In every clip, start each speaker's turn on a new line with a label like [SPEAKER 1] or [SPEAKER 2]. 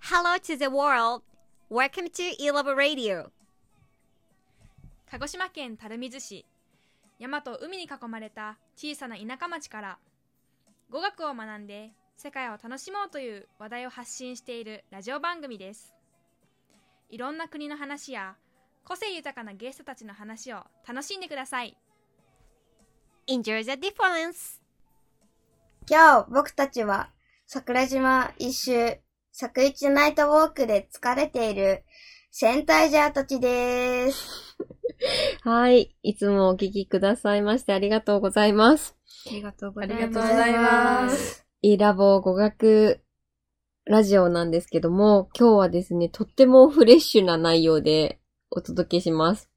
[SPEAKER 1] Hello to the world! Welcome to Elab Radio!
[SPEAKER 2] 鹿児島県垂水市山と海に囲まれた小さな田舎町から語学を学んで世界を楽しもうという話題を発信しているラジオ番組ですいろんな国の話や個性豊かなゲストたちの話を楽しんでください
[SPEAKER 1] Enjoy the difference!
[SPEAKER 3] 今日僕たちは桜島一周、作一ナイトウォークで疲れているセンタイジャーたちです。
[SPEAKER 4] はい。いつもお聞きくださいましてありがとうございます。
[SPEAKER 3] ありがとうご
[SPEAKER 2] ざいますありがとうございます。
[SPEAKER 4] e ラボ語学ラジオなんですけども、今日はですね、とってもフレッシュな内容でお届けします。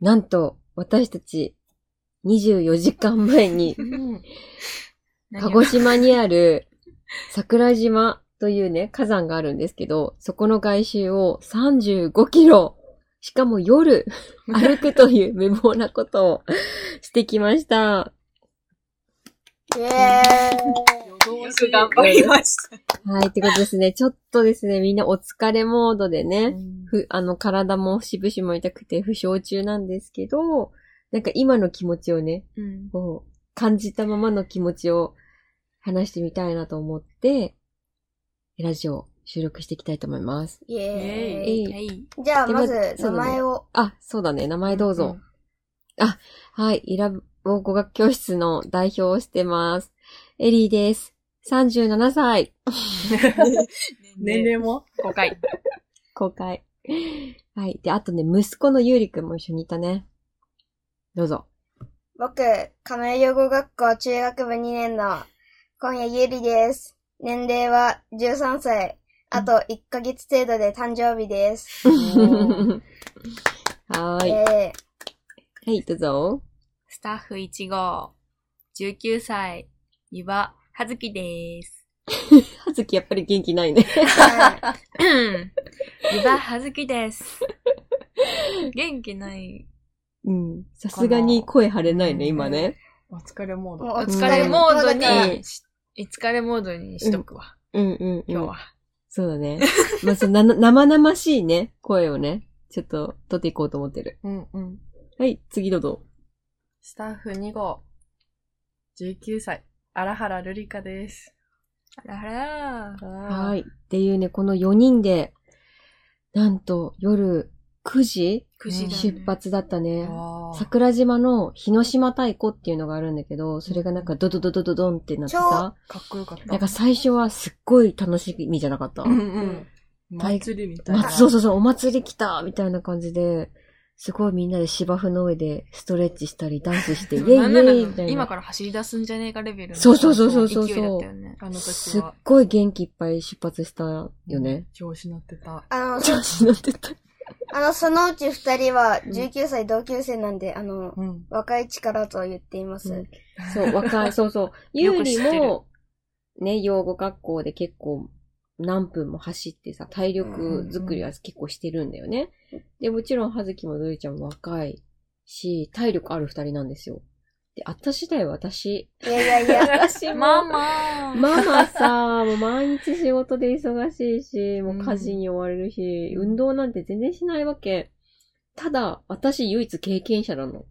[SPEAKER 4] なんと、私たち24時間前に、鹿児島にある桜島というね、火山があるんですけど、そこの外周を35キロ、しかも夜、歩くという無謀なことをしてきました。
[SPEAKER 3] イエ
[SPEAKER 5] よく頑張りました。
[SPEAKER 4] はい、ってことですね。ちょっとですね、みんなお疲れモードでね、ふ、あの、体もしぶしも痛くて負傷中なんですけど、なんか今の気持ちをね、
[SPEAKER 2] うん
[SPEAKER 4] こう、感じたままの気持ちを話してみたいなと思って、ラジオを収録していきたいと思います。
[SPEAKER 3] ーイ。イエーイ。
[SPEAKER 4] えい
[SPEAKER 2] い
[SPEAKER 3] じゃあ
[SPEAKER 4] で
[SPEAKER 3] まず
[SPEAKER 4] まず
[SPEAKER 3] 名前を。
[SPEAKER 4] あ、そうだね、名前どうぞ。あ、はい、イラボ語学教室の代表をしてます。エリーです。37歳。
[SPEAKER 5] 年齢も ?5 回。
[SPEAKER 4] 公開。はい。で、あとね、息子のゆうりくんも一緒にいたね。どうぞ。
[SPEAKER 3] 僕、亀井養護学校中学部2年の今夜ゆりです。年齢は13歳。あと1ヶ月程度で誕生日です。
[SPEAKER 4] はー
[SPEAKER 3] イ
[SPEAKER 4] い。は
[SPEAKER 3] エ
[SPEAKER 4] い、どうぞ。
[SPEAKER 5] スタッフ1号、19歳、湯葉、はず きです。
[SPEAKER 4] はずきやっぱり元気ないね。
[SPEAKER 3] ー イ は
[SPEAKER 5] 湯葉はずきです。元気ない。
[SPEAKER 4] うん。さすがに声張れないね、今ね。
[SPEAKER 6] お疲れモ
[SPEAKER 3] い。
[SPEAKER 6] ー
[SPEAKER 3] も
[SPEAKER 6] ド。
[SPEAKER 3] うお
[SPEAKER 5] お
[SPEAKER 3] 疲
[SPEAKER 5] 疲
[SPEAKER 3] れ
[SPEAKER 5] れ
[SPEAKER 3] モ
[SPEAKER 5] モ
[SPEAKER 3] ー
[SPEAKER 5] ー
[SPEAKER 3] ド
[SPEAKER 5] ド
[SPEAKER 3] に。
[SPEAKER 5] にし、疲れモードにしとくわ、
[SPEAKER 4] うんうん、うん。
[SPEAKER 5] 今日は。
[SPEAKER 4] そうだね。まあ、そのな、 生々しいね、声をね、ちょっと、取っていこうと思ってる。
[SPEAKER 6] うんうん。
[SPEAKER 4] はい、次どうぞ。
[SPEAKER 6] スタッフ2号、19歳、荒原瑠璃香です。
[SPEAKER 5] あらあら
[SPEAKER 6] は。
[SPEAKER 4] はいい。っていうね、この4人で、なんと、夜9時
[SPEAKER 5] 9時だ、ね。
[SPEAKER 4] 出発だったね。
[SPEAKER 6] わー
[SPEAKER 4] 桜島の日の島太鼓っていうのがあるんだけど、それがなんかドドドドドドンってなってさ、
[SPEAKER 6] かっこよかった。
[SPEAKER 4] なんか最初はすっごい楽しみじゃなかった。
[SPEAKER 6] うんうん。
[SPEAKER 4] 大
[SPEAKER 6] 祭りみたい
[SPEAKER 4] ま
[SPEAKER 6] な。
[SPEAKER 4] あそうそうそう、お祭り来たみたいな感じで、すごいみんなで芝生の上でストレッチしたり、ダンスして、イェイイ
[SPEAKER 5] なんなら
[SPEAKER 4] ェイみたいな。
[SPEAKER 5] 今から走り出すんじゃねえかレベルの
[SPEAKER 4] そうそうそうそうそう
[SPEAKER 5] 勢いだったよね。
[SPEAKER 6] あの時
[SPEAKER 4] すっ
[SPEAKER 6] は。
[SPEAKER 4] ごい元気いっぱい出発したよね。
[SPEAKER 6] 調子乗ってた。
[SPEAKER 3] あ の、
[SPEAKER 4] 調子乗ってた。
[SPEAKER 3] あの、そのうち二人は19歳同級生なんで、あの、
[SPEAKER 6] うん。
[SPEAKER 3] 若い力と言っています。
[SPEAKER 4] うんそう、若 い、そうそう。ゆうり
[SPEAKER 5] よく知って
[SPEAKER 4] も、ね、養護学校で結構何分も走ってさ、体力作りは結構してるんだよね。で、もちろん、はずきもどりちゃんも若いし、体力ある二人なんですよ。で、私だよ、 私。
[SPEAKER 3] いやいやい や、
[SPEAKER 4] 私も。
[SPEAKER 5] ママ
[SPEAKER 4] ママさ、もう毎日仕事で忙しいし、もう家事に追われるし、運動なんて全然しないわけ。ただ、私唯一経験者なの。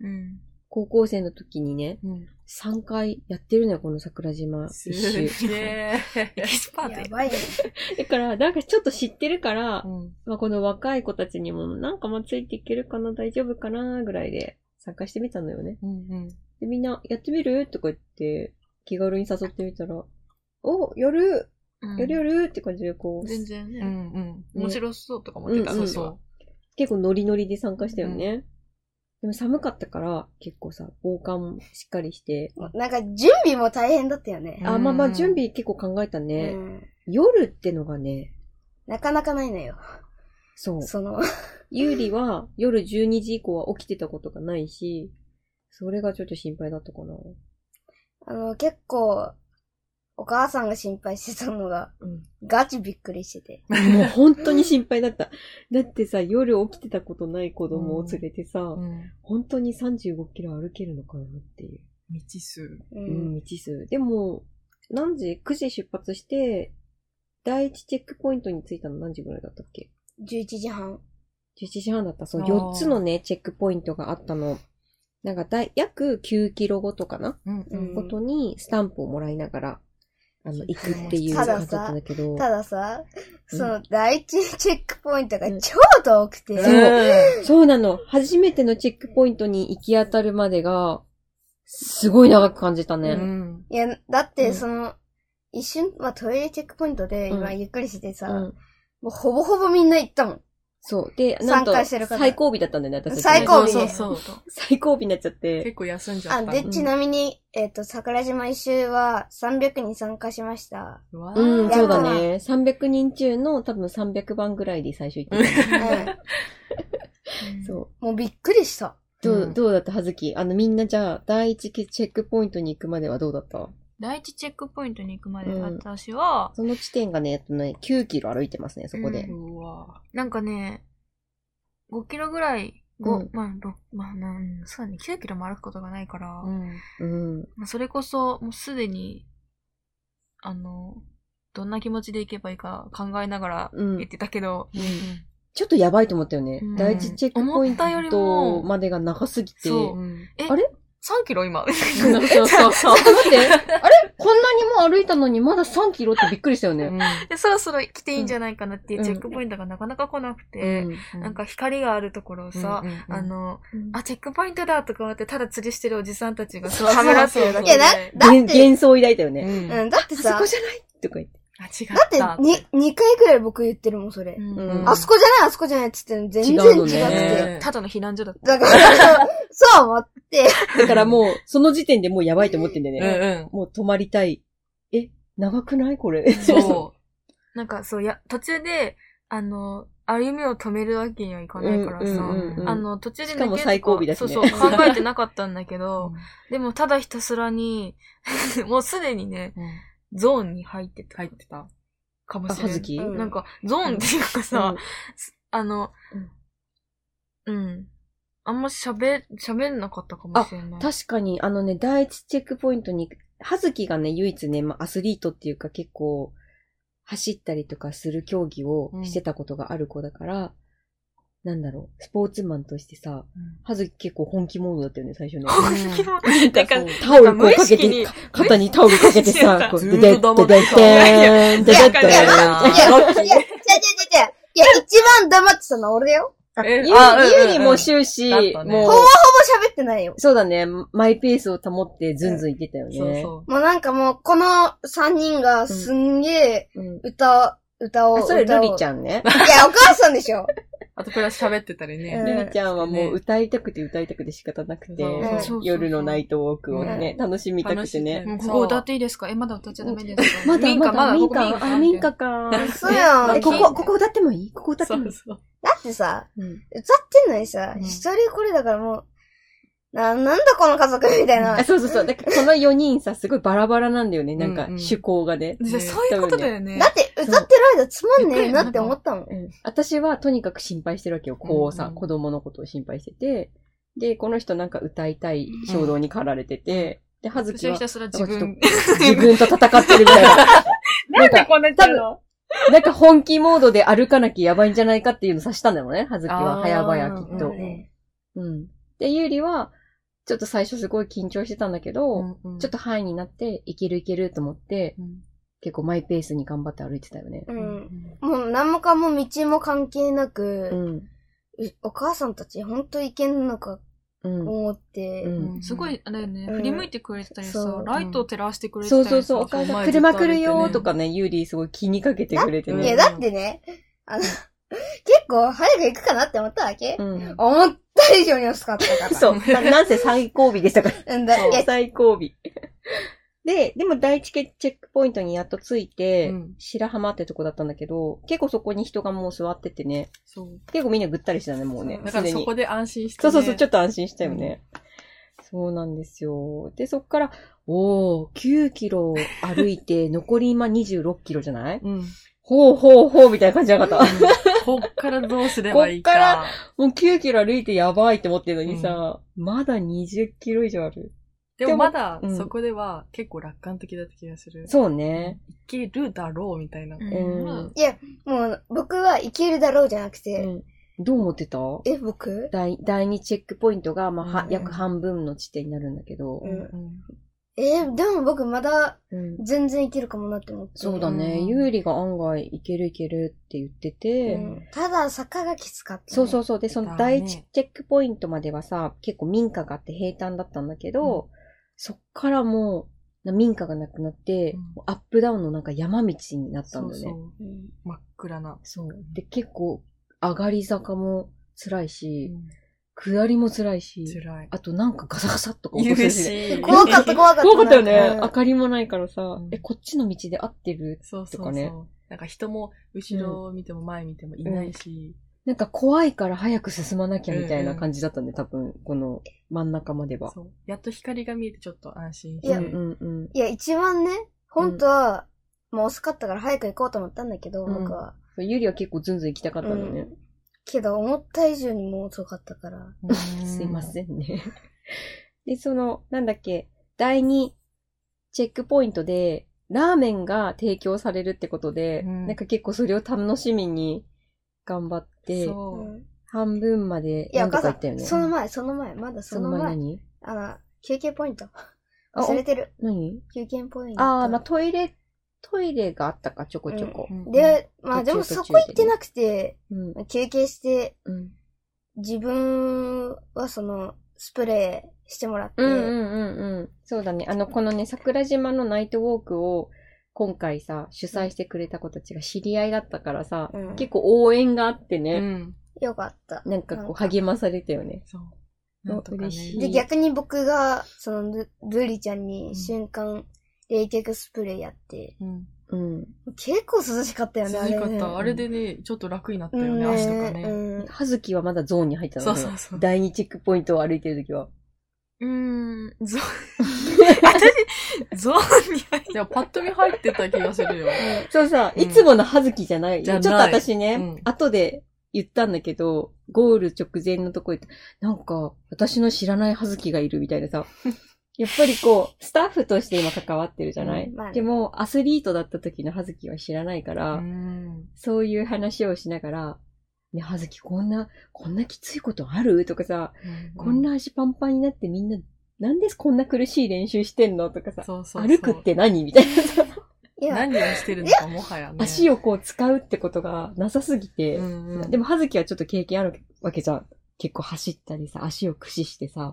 [SPEAKER 5] うん。
[SPEAKER 4] 高校生の時にね、
[SPEAKER 6] うん。
[SPEAKER 4] 3回やってるのよ、この桜島
[SPEAKER 6] す
[SPEAKER 4] 一周。
[SPEAKER 6] げえ。
[SPEAKER 5] エキスパート
[SPEAKER 3] や
[SPEAKER 5] や
[SPEAKER 3] ばいね。
[SPEAKER 4] だから、なんかちょっと知ってるから、
[SPEAKER 6] うん。
[SPEAKER 4] まあ、この若い子たちにも、なんかまあついていけるかな、大丈夫かな、ぐらいで参加してみたのよね。
[SPEAKER 6] うんうん。
[SPEAKER 4] で、みんな、やってみるとか言って、気軽に誘ってみたら、お、やる
[SPEAKER 5] うん
[SPEAKER 4] やるやるって感じで、こう、
[SPEAKER 5] 全然
[SPEAKER 6] う
[SPEAKER 5] ね、
[SPEAKER 6] んうん。
[SPEAKER 5] 面白そうとか思ってた、
[SPEAKER 4] うんうん
[SPEAKER 5] 私は。
[SPEAKER 4] 結構ノリノリで参加したよね。でも寒かったから、結構さ、防寒もしっかりして、
[SPEAKER 3] なんか準備も大変だったよね。
[SPEAKER 4] あ、まあまあ、準備結構考えた
[SPEAKER 3] う
[SPEAKER 4] ね。
[SPEAKER 3] ん、
[SPEAKER 4] 夜ってのがね、
[SPEAKER 3] なかなかないのよ。
[SPEAKER 4] そう。
[SPEAKER 3] その、
[SPEAKER 4] ゆうりは夜12時以降は起きてたことがないし、それがちょっと心配だったかな。
[SPEAKER 3] あの、結構、お母さんが心配してたのが、
[SPEAKER 6] うん
[SPEAKER 3] ガチびっくりしてて。
[SPEAKER 4] もう本当に心配だった。だってさ、夜起きてたことない子供を連れてさ、
[SPEAKER 6] うん。
[SPEAKER 4] 本当に35キロ歩けるのかなっていう。
[SPEAKER 6] 未知数。
[SPEAKER 3] う。
[SPEAKER 4] うんん、未知数。でも、何時 ?9 時出発して、第一チェックポイントに着いたの何時ぐらいだったっけ
[SPEAKER 3] 11時半。
[SPEAKER 4] 11時半だった。そう、
[SPEAKER 6] あー
[SPEAKER 4] 4つのね、チェックポイントがあったの。なんか、だい、約9キロ後とかな、
[SPEAKER 6] うん
[SPEAKER 3] うん
[SPEAKER 4] ことに、スタンプをもらいながら、あの、行くっていう
[SPEAKER 3] た
[SPEAKER 4] 感
[SPEAKER 3] だ
[SPEAKER 4] じだ
[SPEAKER 3] さ
[SPEAKER 4] ったんだけど。
[SPEAKER 3] たださ、
[SPEAKER 4] うん
[SPEAKER 3] その第一チェックポイントが
[SPEAKER 4] うん
[SPEAKER 3] 超遠くて、
[SPEAKER 4] そうそうなの。初めてのチェックポイントに行き当たるまでが、すごい長く感じたね。
[SPEAKER 6] うん。
[SPEAKER 3] いや、だっ
[SPEAKER 4] うん
[SPEAKER 3] てその、一瞬、まあトイレチェックポイントで今
[SPEAKER 4] うん
[SPEAKER 3] ゆっくりしてさ、
[SPEAKER 4] うん
[SPEAKER 3] もうほぼほぼみんな行ったもん。
[SPEAKER 4] そう。で、なんと、
[SPEAKER 3] 参加してる方
[SPEAKER 4] 最後尾だったんだよね、私たちね。
[SPEAKER 3] 最高尾ね
[SPEAKER 6] そうそうそう。
[SPEAKER 4] 最後尾になっちゃって
[SPEAKER 6] 結。構休んじゃ
[SPEAKER 3] あ、
[SPEAKER 6] った。
[SPEAKER 3] で、
[SPEAKER 4] うん
[SPEAKER 3] ちなみに、えっ、と、桜島一周は300人参加しま した。
[SPEAKER 6] うわー
[SPEAKER 4] うん、そうだ
[SPEAKER 3] や
[SPEAKER 4] ね。300人中の多分300番ぐらいで最初行ってた。
[SPEAKER 3] う
[SPEAKER 4] そ
[SPEAKER 3] ん。もうびっくりした。
[SPEAKER 4] う。ど
[SPEAKER 6] う
[SPEAKER 4] う、
[SPEAKER 6] ん
[SPEAKER 4] どうだったはずき。あの、みんなじゃあ、第一チェックポイントに行くまではどうだった
[SPEAKER 5] 第一チェックポイントに行くまで、
[SPEAKER 4] うん
[SPEAKER 5] 私は、
[SPEAKER 4] その地点がね、えっとね、9キロ歩いてますね、そこで。
[SPEAKER 5] う
[SPEAKER 6] うわ
[SPEAKER 5] なんかね、5キロぐらい、5、
[SPEAKER 4] うん
[SPEAKER 5] まあ、6、まあ、なん、そうだね、9キロも歩くことがないから、
[SPEAKER 6] ーうん。
[SPEAKER 4] うん。
[SPEAKER 5] まあ、それこそ、もうすでに、あの、どんな気持ちで行けばいいか考えながら
[SPEAKER 4] うん
[SPEAKER 5] 行ってたけど、
[SPEAKER 4] ちょっとやばいと思ったよね。
[SPEAKER 5] うん
[SPEAKER 4] 第一チェックポイン
[SPEAKER 5] 思ったより
[SPEAKER 4] ト
[SPEAKER 5] も
[SPEAKER 4] までが長すぎて。
[SPEAKER 5] そう
[SPEAKER 6] うん
[SPEAKER 5] え、
[SPEAKER 4] あれ
[SPEAKER 5] ?3 キロ今。
[SPEAKER 4] そ うそうそうそう。ちょっと待って。あれこんなにも歩いたのにまだ3キロってびっくりしたよね。
[SPEAKER 5] で そろそろ来ていいんじゃないかなっていうチェックポイントがなかなか来なくて、なんか光があるところをさ、あ、の、あ、チェックポイントだとか思って、ただ釣りしてるおじさんたちがそう、
[SPEAKER 6] そう
[SPEAKER 5] はめらってるだけで。
[SPEAKER 3] いや
[SPEAKER 5] あ、
[SPEAKER 3] だっ
[SPEAKER 4] 幻
[SPEAKER 3] て、
[SPEAKER 4] 幻想を抱いたよね。
[SPEAKER 6] ん
[SPEAKER 3] うん、だって
[SPEAKER 4] あそ
[SPEAKER 3] さ
[SPEAKER 4] こ、じゃないとか言って。
[SPEAKER 5] 違
[SPEAKER 3] だって
[SPEAKER 5] った。
[SPEAKER 3] に2回くらい僕言ってるもん、それ。
[SPEAKER 5] うん
[SPEAKER 3] あそこじゃない、あそこじゃないって言ってんの全然違
[SPEAKER 4] 違うの
[SPEAKER 3] くて。
[SPEAKER 6] ね
[SPEAKER 5] ただの避難所だっ
[SPEAKER 3] だ
[SPEAKER 5] た。
[SPEAKER 3] から、そう思って、
[SPEAKER 4] だからもう、その時点でもうやばいと思ってんだよね。
[SPEAKER 6] う
[SPEAKER 4] もう止まりたい。え、長くないこれ。
[SPEAKER 6] ん。そ
[SPEAKER 5] なんかそう、や、途中で、あの、歩みを止めるわけにはいかないから
[SPEAKER 4] うんう
[SPEAKER 5] さ、
[SPEAKER 4] んうんうん
[SPEAKER 5] あの、途中で抜
[SPEAKER 4] しかも
[SPEAKER 5] けると
[SPEAKER 4] 最後尾だし
[SPEAKER 5] そ
[SPEAKER 4] ね
[SPEAKER 5] うそう、考えてなかったんだけ
[SPEAKER 6] う。
[SPEAKER 5] ど、でもただひたすらに、 もうすでにね、
[SPEAKER 6] うん
[SPEAKER 5] ゾーンに入ってた
[SPEAKER 6] 入ってた。
[SPEAKER 5] かも
[SPEAKER 4] あ、
[SPEAKER 5] しれ
[SPEAKER 4] は
[SPEAKER 5] な
[SPEAKER 4] ず
[SPEAKER 5] い。
[SPEAKER 4] き
[SPEAKER 3] うん
[SPEAKER 5] なんか、ゾーンっていうかさ、あの、うん、あんま喋、喋んなかったかもしれない。
[SPEAKER 4] 確かに、あのね、第一チェックポイントに、はずきがね、唯一ね、まあ、アスリートっていうか結構、走ったりとかする競技をしてたことがある子だから、なんだろう、スポーツマンとしてさ、はずき結構本気モードだったよね、最 初ね。
[SPEAKER 5] にも
[SPEAKER 4] なんか
[SPEAKER 5] な
[SPEAKER 4] そう
[SPEAKER 5] ん
[SPEAKER 4] タオルこうかけ
[SPEAKER 5] 無意識に
[SPEAKER 4] て、か肩にタオルかけて さ、こう、
[SPEAKER 6] ず
[SPEAKER 4] で
[SPEAKER 6] ー
[SPEAKER 4] で
[SPEAKER 6] っ
[SPEAKER 4] っ
[SPEAKER 6] と
[SPEAKER 4] て
[SPEAKER 6] 黙っ
[SPEAKER 4] で
[SPEAKER 6] て
[SPEAKER 4] ったてん、ででってん。
[SPEAKER 5] い
[SPEAKER 3] いや、いや、いや、い
[SPEAKER 5] やい
[SPEAKER 3] や、いや、いや、一番黙ってたのは俺だよ。
[SPEAKER 6] え
[SPEAKER 4] ゆう
[SPEAKER 6] あうん
[SPEAKER 4] ゆうにも終
[SPEAKER 6] だっ
[SPEAKER 4] 始、
[SPEAKER 6] たね
[SPEAKER 4] もう
[SPEAKER 3] ほぼほぼ、喋ってないよ。
[SPEAKER 4] そうだね、マイペースを保ってずんずんいってたよね。
[SPEAKER 6] そうそ
[SPEAKER 3] もうなんかもう、この3人がすんげえ
[SPEAKER 4] うん
[SPEAKER 3] 歌、歌を、
[SPEAKER 4] あそれ、
[SPEAKER 3] 歌
[SPEAKER 4] ル
[SPEAKER 3] を
[SPEAKER 4] リちゃんね。
[SPEAKER 3] いや、お母さんでしょ。
[SPEAKER 6] う。あとプラス喋ってたりね。
[SPEAKER 4] ルリちゃんはもう歌いたくて歌いたくて仕方なくて
[SPEAKER 6] そう
[SPEAKER 3] そう、
[SPEAKER 5] そう
[SPEAKER 4] 夜のナイトウォークをね、楽しみたくてね。
[SPEAKER 5] もうここ歌っていいですかえ、まだ歌っちゃダメですか
[SPEAKER 4] まだ
[SPEAKER 5] 民
[SPEAKER 4] ま
[SPEAKER 5] 家、ま
[SPEAKER 4] だ
[SPEAKER 5] だ、
[SPEAKER 4] 民
[SPEAKER 5] ここ
[SPEAKER 4] 家、あ、民家か。
[SPEAKER 3] そうやん。だ
[SPEAKER 4] え
[SPEAKER 3] っ
[SPEAKER 4] ここ、ここ歌ってもいいここ歌って
[SPEAKER 6] そ
[SPEAKER 4] もいうい
[SPEAKER 6] そう。
[SPEAKER 3] てさ、
[SPEAKER 4] うん
[SPEAKER 3] 歌ってんのにさ、
[SPEAKER 6] うん
[SPEAKER 3] 一人これだからもう、な、なんだこの家族みたいな
[SPEAKER 4] あ。そうそうそう。だからこの4人さ、すごいバラバラなんだよね。なんか
[SPEAKER 6] うんうん
[SPEAKER 4] 趣向がね。
[SPEAKER 5] じゃあそういうことだよね。
[SPEAKER 3] だって、歌ってる間つまんねえなって思ったもん。
[SPEAKER 4] 私はとにかく心配してるわけよ。こうさ、
[SPEAKER 6] うんうん
[SPEAKER 4] 子供のことを心配してて。で、この人なんか歌いたい衝動に駆られてて。で、はず
[SPEAKER 5] 私
[SPEAKER 4] き
[SPEAKER 5] は
[SPEAKER 4] は
[SPEAKER 5] ひたすら
[SPEAKER 4] な
[SPEAKER 5] 自
[SPEAKER 4] んかちょっ
[SPEAKER 5] 分。
[SPEAKER 4] と自 分と戦ってるみたいな。 なんか、
[SPEAKER 6] こんな
[SPEAKER 4] 多分、なんか本気モードで歩かなきゃやばいんじゃないかっていうのさしたんだよね。はずき
[SPEAKER 6] あ
[SPEAKER 4] は
[SPEAKER 6] ー
[SPEAKER 4] 早々きっと
[SPEAKER 6] う。ん
[SPEAKER 4] うん。で、ゆうりは、ちょっと最初すごい緊張してたんだけど、ちょっ
[SPEAKER 6] と、
[SPEAKER 4] とハイになって、いけるいけると思って、結構マイペースに頑張って歩いてたよね。
[SPEAKER 3] うん。もう、何もかも道も関係なく、
[SPEAKER 4] ん。
[SPEAKER 3] うお母さんたち本当いけんのか
[SPEAKER 4] うん。
[SPEAKER 3] 思って、
[SPEAKER 4] うん
[SPEAKER 5] すごい、あれだよね、
[SPEAKER 3] うん
[SPEAKER 5] 振り向いてくれてたり
[SPEAKER 3] そ
[SPEAKER 5] さ
[SPEAKER 3] う、
[SPEAKER 5] ライトを照らしてくれてた
[SPEAKER 4] そ
[SPEAKER 5] り
[SPEAKER 4] う
[SPEAKER 5] さ
[SPEAKER 4] そうそう、お母さん、車来るよーとかね、ユーリーすごい気にかけてくれて
[SPEAKER 3] いや、
[SPEAKER 4] ね。
[SPEAKER 3] だってね、あの、 結構早く行くかなって思ったわけ、
[SPEAKER 4] うん。
[SPEAKER 3] 思った以上に遅かったから。
[SPEAKER 4] そう。ななんせ最後尾でしたから。
[SPEAKER 3] うんだ、いや、
[SPEAKER 4] 最後尾。で、でも第一チェックポイントにやっと着いて、
[SPEAKER 6] うん
[SPEAKER 4] 白浜ってとこだったんだけど、結構そこに人がもう座っててね、
[SPEAKER 6] そう。
[SPEAKER 4] 結構みんなぐったりしてたね、もうね。
[SPEAKER 6] だか
[SPEAKER 4] す
[SPEAKER 6] ら
[SPEAKER 4] で
[SPEAKER 6] そ
[SPEAKER 4] に
[SPEAKER 6] こで安心して。
[SPEAKER 4] そうそうそう、ちょ
[SPEAKER 6] っ
[SPEAKER 4] っと安心したよね。そうなんですよ。で、そこから、おー、9キロ歩いて、残り今26キロじゃない
[SPEAKER 6] と。うん。
[SPEAKER 4] ほうほうほうみたいな感じじゃなかった。
[SPEAKER 6] こっからどうすればいいか。
[SPEAKER 4] こっからもう9キロ歩いてやばいって思ってるのにさ、まだ20キロ以上ある。
[SPEAKER 6] でもまだ
[SPEAKER 4] うん
[SPEAKER 6] そこでは結構楽観的だった気がする。
[SPEAKER 4] そうね。
[SPEAKER 6] 生きるだろうみたいな。
[SPEAKER 5] う
[SPEAKER 4] うん。
[SPEAKER 3] もう、僕は生きるだろうじゃなくて、
[SPEAKER 4] うんどう思ってた
[SPEAKER 3] え、僕
[SPEAKER 4] 第第2チェックポイントが、まあ、は
[SPEAKER 6] うん
[SPEAKER 4] 約半分の地点になるんだけど、
[SPEAKER 3] うん
[SPEAKER 6] うん
[SPEAKER 3] えーでも僕まだ
[SPEAKER 4] うん
[SPEAKER 3] 全然いけるかもなって思って。
[SPEAKER 4] そうだね。
[SPEAKER 6] うん
[SPEAKER 4] ゆうりが案外いけるいけるって言ってて、
[SPEAKER 3] うんただ、坂がきつかった。
[SPEAKER 4] そう
[SPEAKER 3] う。
[SPEAKER 4] そうそう。で、その第一チェックポイントまではさ、結構民家があって平坦だったんだけど、そっからもう、な民家がなくなって、
[SPEAKER 6] うん
[SPEAKER 4] もうアップダウンのなんか山道になった
[SPEAKER 6] そ
[SPEAKER 4] んだ
[SPEAKER 6] う
[SPEAKER 4] よ
[SPEAKER 6] そ
[SPEAKER 4] ね。
[SPEAKER 6] う。真っ暗な。
[SPEAKER 4] そうで、結構、上がり坂も辛いし、
[SPEAKER 6] 辛
[SPEAKER 4] 下りも辛いし、
[SPEAKER 6] い。
[SPEAKER 4] あとなんかガサガサとか起
[SPEAKER 6] 言
[SPEAKER 4] こす
[SPEAKER 6] う
[SPEAKER 4] し。
[SPEAKER 6] し。
[SPEAKER 3] 怖かった、怖かった。
[SPEAKER 4] 怖かったよね。
[SPEAKER 3] うん
[SPEAKER 4] 明かりもないからさ、
[SPEAKER 6] ん
[SPEAKER 4] え、こっちの道で合ってる
[SPEAKER 6] そうそう
[SPEAKER 4] と
[SPEAKER 6] そ
[SPEAKER 4] か
[SPEAKER 6] う。
[SPEAKER 4] ね
[SPEAKER 6] なんか人も後ろを見ても前見てもいないし。
[SPEAKER 4] なんか怖いから早く進まなきゃみたいな
[SPEAKER 6] うん
[SPEAKER 4] 感じだったね、多分、この真ん中までは。
[SPEAKER 6] そう。やっと光が見えてちょっと安心し
[SPEAKER 3] い
[SPEAKER 6] て。
[SPEAKER 3] や
[SPEAKER 4] うんうんうん
[SPEAKER 3] いや、一番ね、本当は、もう遅かったから早く行こうと思ったんだけど、
[SPEAKER 4] うん
[SPEAKER 3] 僕は。
[SPEAKER 4] そう。ゆりは結構ズンズン行きたかったのね。
[SPEAKER 3] けど、思った以上にもう遅かったから。
[SPEAKER 4] すいませ
[SPEAKER 6] ん。
[SPEAKER 4] んね。で、その、なんだっけ、第2チェックポイントで、ラーメンが提供されるってことで、
[SPEAKER 6] うん
[SPEAKER 4] なんか結構それを楽しみに頑張って、
[SPEAKER 3] う
[SPEAKER 6] そ
[SPEAKER 3] ん
[SPEAKER 4] 半分まで
[SPEAKER 3] いや、
[SPEAKER 4] な
[SPEAKER 3] お
[SPEAKER 4] んと
[SPEAKER 3] 母
[SPEAKER 4] か
[SPEAKER 3] さ
[SPEAKER 4] 行ったよ
[SPEAKER 3] ん、
[SPEAKER 4] ね。
[SPEAKER 3] その前、その前、まだその前、
[SPEAKER 4] 何
[SPEAKER 3] あの、休憩ポイント。
[SPEAKER 4] あ
[SPEAKER 3] 忘れてる。
[SPEAKER 4] 何
[SPEAKER 3] 休憩ポイント。
[SPEAKER 4] ああ、まあ、トイレ、トイレがあったか、ちょこちょこ
[SPEAKER 6] う。。うん、
[SPEAKER 3] で、まあでも
[SPEAKER 4] 途中
[SPEAKER 3] そこ行って
[SPEAKER 4] 途中でね
[SPEAKER 3] なくて、
[SPEAKER 4] うん。
[SPEAKER 3] 休憩して、
[SPEAKER 4] うん。
[SPEAKER 3] 自分はその、スプレーしてもらって、
[SPEAKER 4] うんうんうんうん。そうだね。あの、このね、桜島のナイトウォークを、今回さ、主催してくれた子たちが知り合いだったからさ、
[SPEAKER 3] うん
[SPEAKER 4] 結構応援があって
[SPEAKER 6] う
[SPEAKER 4] ね、
[SPEAKER 6] ん。
[SPEAKER 3] よかった。
[SPEAKER 4] なんかこう
[SPEAKER 3] なんか
[SPEAKER 4] 励まされたよね。
[SPEAKER 6] そう。なんとかね。
[SPEAKER 4] 嬉しい
[SPEAKER 3] で、逆に僕が、その、ルルリちゃんに瞬間、冷却スプレーやって、
[SPEAKER 6] うん。
[SPEAKER 4] うん。
[SPEAKER 3] 結構涼しかったよね、
[SPEAKER 6] 涼
[SPEAKER 3] あれ
[SPEAKER 6] し
[SPEAKER 3] ね。
[SPEAKER 6] かった。あれでね、ちょっと楽になったよね、足とか
[SPEAKER 3] う
[SPEAKER 6] ね。
[SPEAKER 3] ん。
[SPEAKER 4] はずきはまだゾーンに入ったの
[SPEAKER 6] そう
[SPEAKER 4] ね
[SPEAKER 6] そうそう。
[SPEAKER 4] 第2チェックポイントを歩いてるときは。
[SPEAKER 5] うーん、ゾ
[SPEAKER 6] ゾーンに入って。でもパッと見入ってた気がするよ。
[SPEAKER 4] そうさ、
[SPEAKER 6] うん
[SPEAKER 4] いつものはずきじゃない。
[SPEAKER 6] じ
[SPEAKER 4] ち
[SPEAKER 6] ゃ
[SPEAKER 4] ょ
[SPEAKER 6] な
[SPEAKER 4] っ
[SPEAKER 6] い
[SPEAKER 4] と私ね、
[SPEAKER 6] うん
[SPEAKER 4] 後で言ったんだけど、ゴール直前のとこ行って、なんか、私の知らないはずきがいるみたい なさ。やっぱりこう、スタッフとして今関わってるじゃない、
[SPEAKER 3] うんまあね
[SPEAKER 4] でも、アスリートだった時のはずきは知らないから、
[SPEAKER 6] うん。
[SPEAKER 4] そういう話をしながら、ね、はずきこんな、こんなきついことあるとかさ、こんな足パンパンになってみんな、なんでこんな苦しい練習してんのとかさ、
[SPEAKER 6] そうそうそう
[SPEAKER 4] 歩くって何みたいなさ、
[SPEAKER 3] いや、
[SPEAKER 6] 何をしてるのかもはやね。
[SPEAKER 4] 足
[SPEAKER 6] を。
[SPEAKER 4] をこう使うってことがなさすぎて、で
[SPEAKER 6] も、
[SPEAKER 4] も、はずきはちょっと経験あるわけじゃん。結構走ったりさ、足を駆使してさ、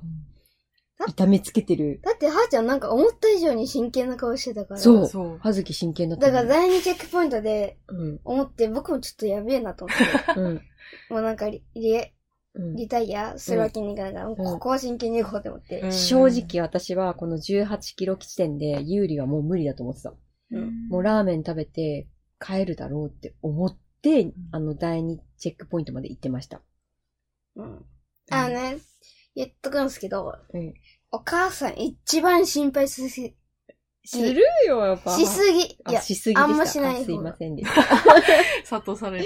[SPEAKER 4] 痛めつけてる。
[SPEAKER 3] だって、はーちゃんなんか思った以上に真剣な顔してたから。
[SPEAKER 4] そう
[SPEAKER 6] そう。
[SPEAKER 4] はずき真剣だった
[SPEAKER 3] だ
[SPEAKER 4] よね。
[SPEAKER 3] から第2チェックポイントで
[SPEAKER 4] うん。
[SPEAKER 3] 思って、僕もちょっとやべえなと思 って。
[SPEAKER 4] うん。
[SPEAKER 3] もうなんかリ、リ、
[SPEAKER 4] うん
[SPEAKER 3] リタイアするわけにいかないから、もうここは真剣に行こうと思って。
[SPEAKER 6] うん
[SPEAKER 4] 正直私はこの18キロ地点で有利はもう無理だと思ってた。
[SPEAKER 3] うん
[SPEAKER 4] もうラーメン食べて帰るだろうって思って、あの第2チェックポイントまで行ってました。
[SPEAKER 3] うんあのね、言っとくんですけど、
[SPEAKER 4] うん
[SPEAKER 3] お母さん一番心配しすぎ、
[SPEAKER 4] するよ、やっぱ。
[SPEAKER 3] しすぎ。い
[SPEAKER 4] あ
[SPEAKER 3] や、
[SPEAKER 4] しすぎでした。
[SPEAKER 3] あんましない
[SPEAKER 4] あ
[SPEAKER 3] 方
[SPEAKER 4] すいませんでした。
[SPEAKER 6] 諭される。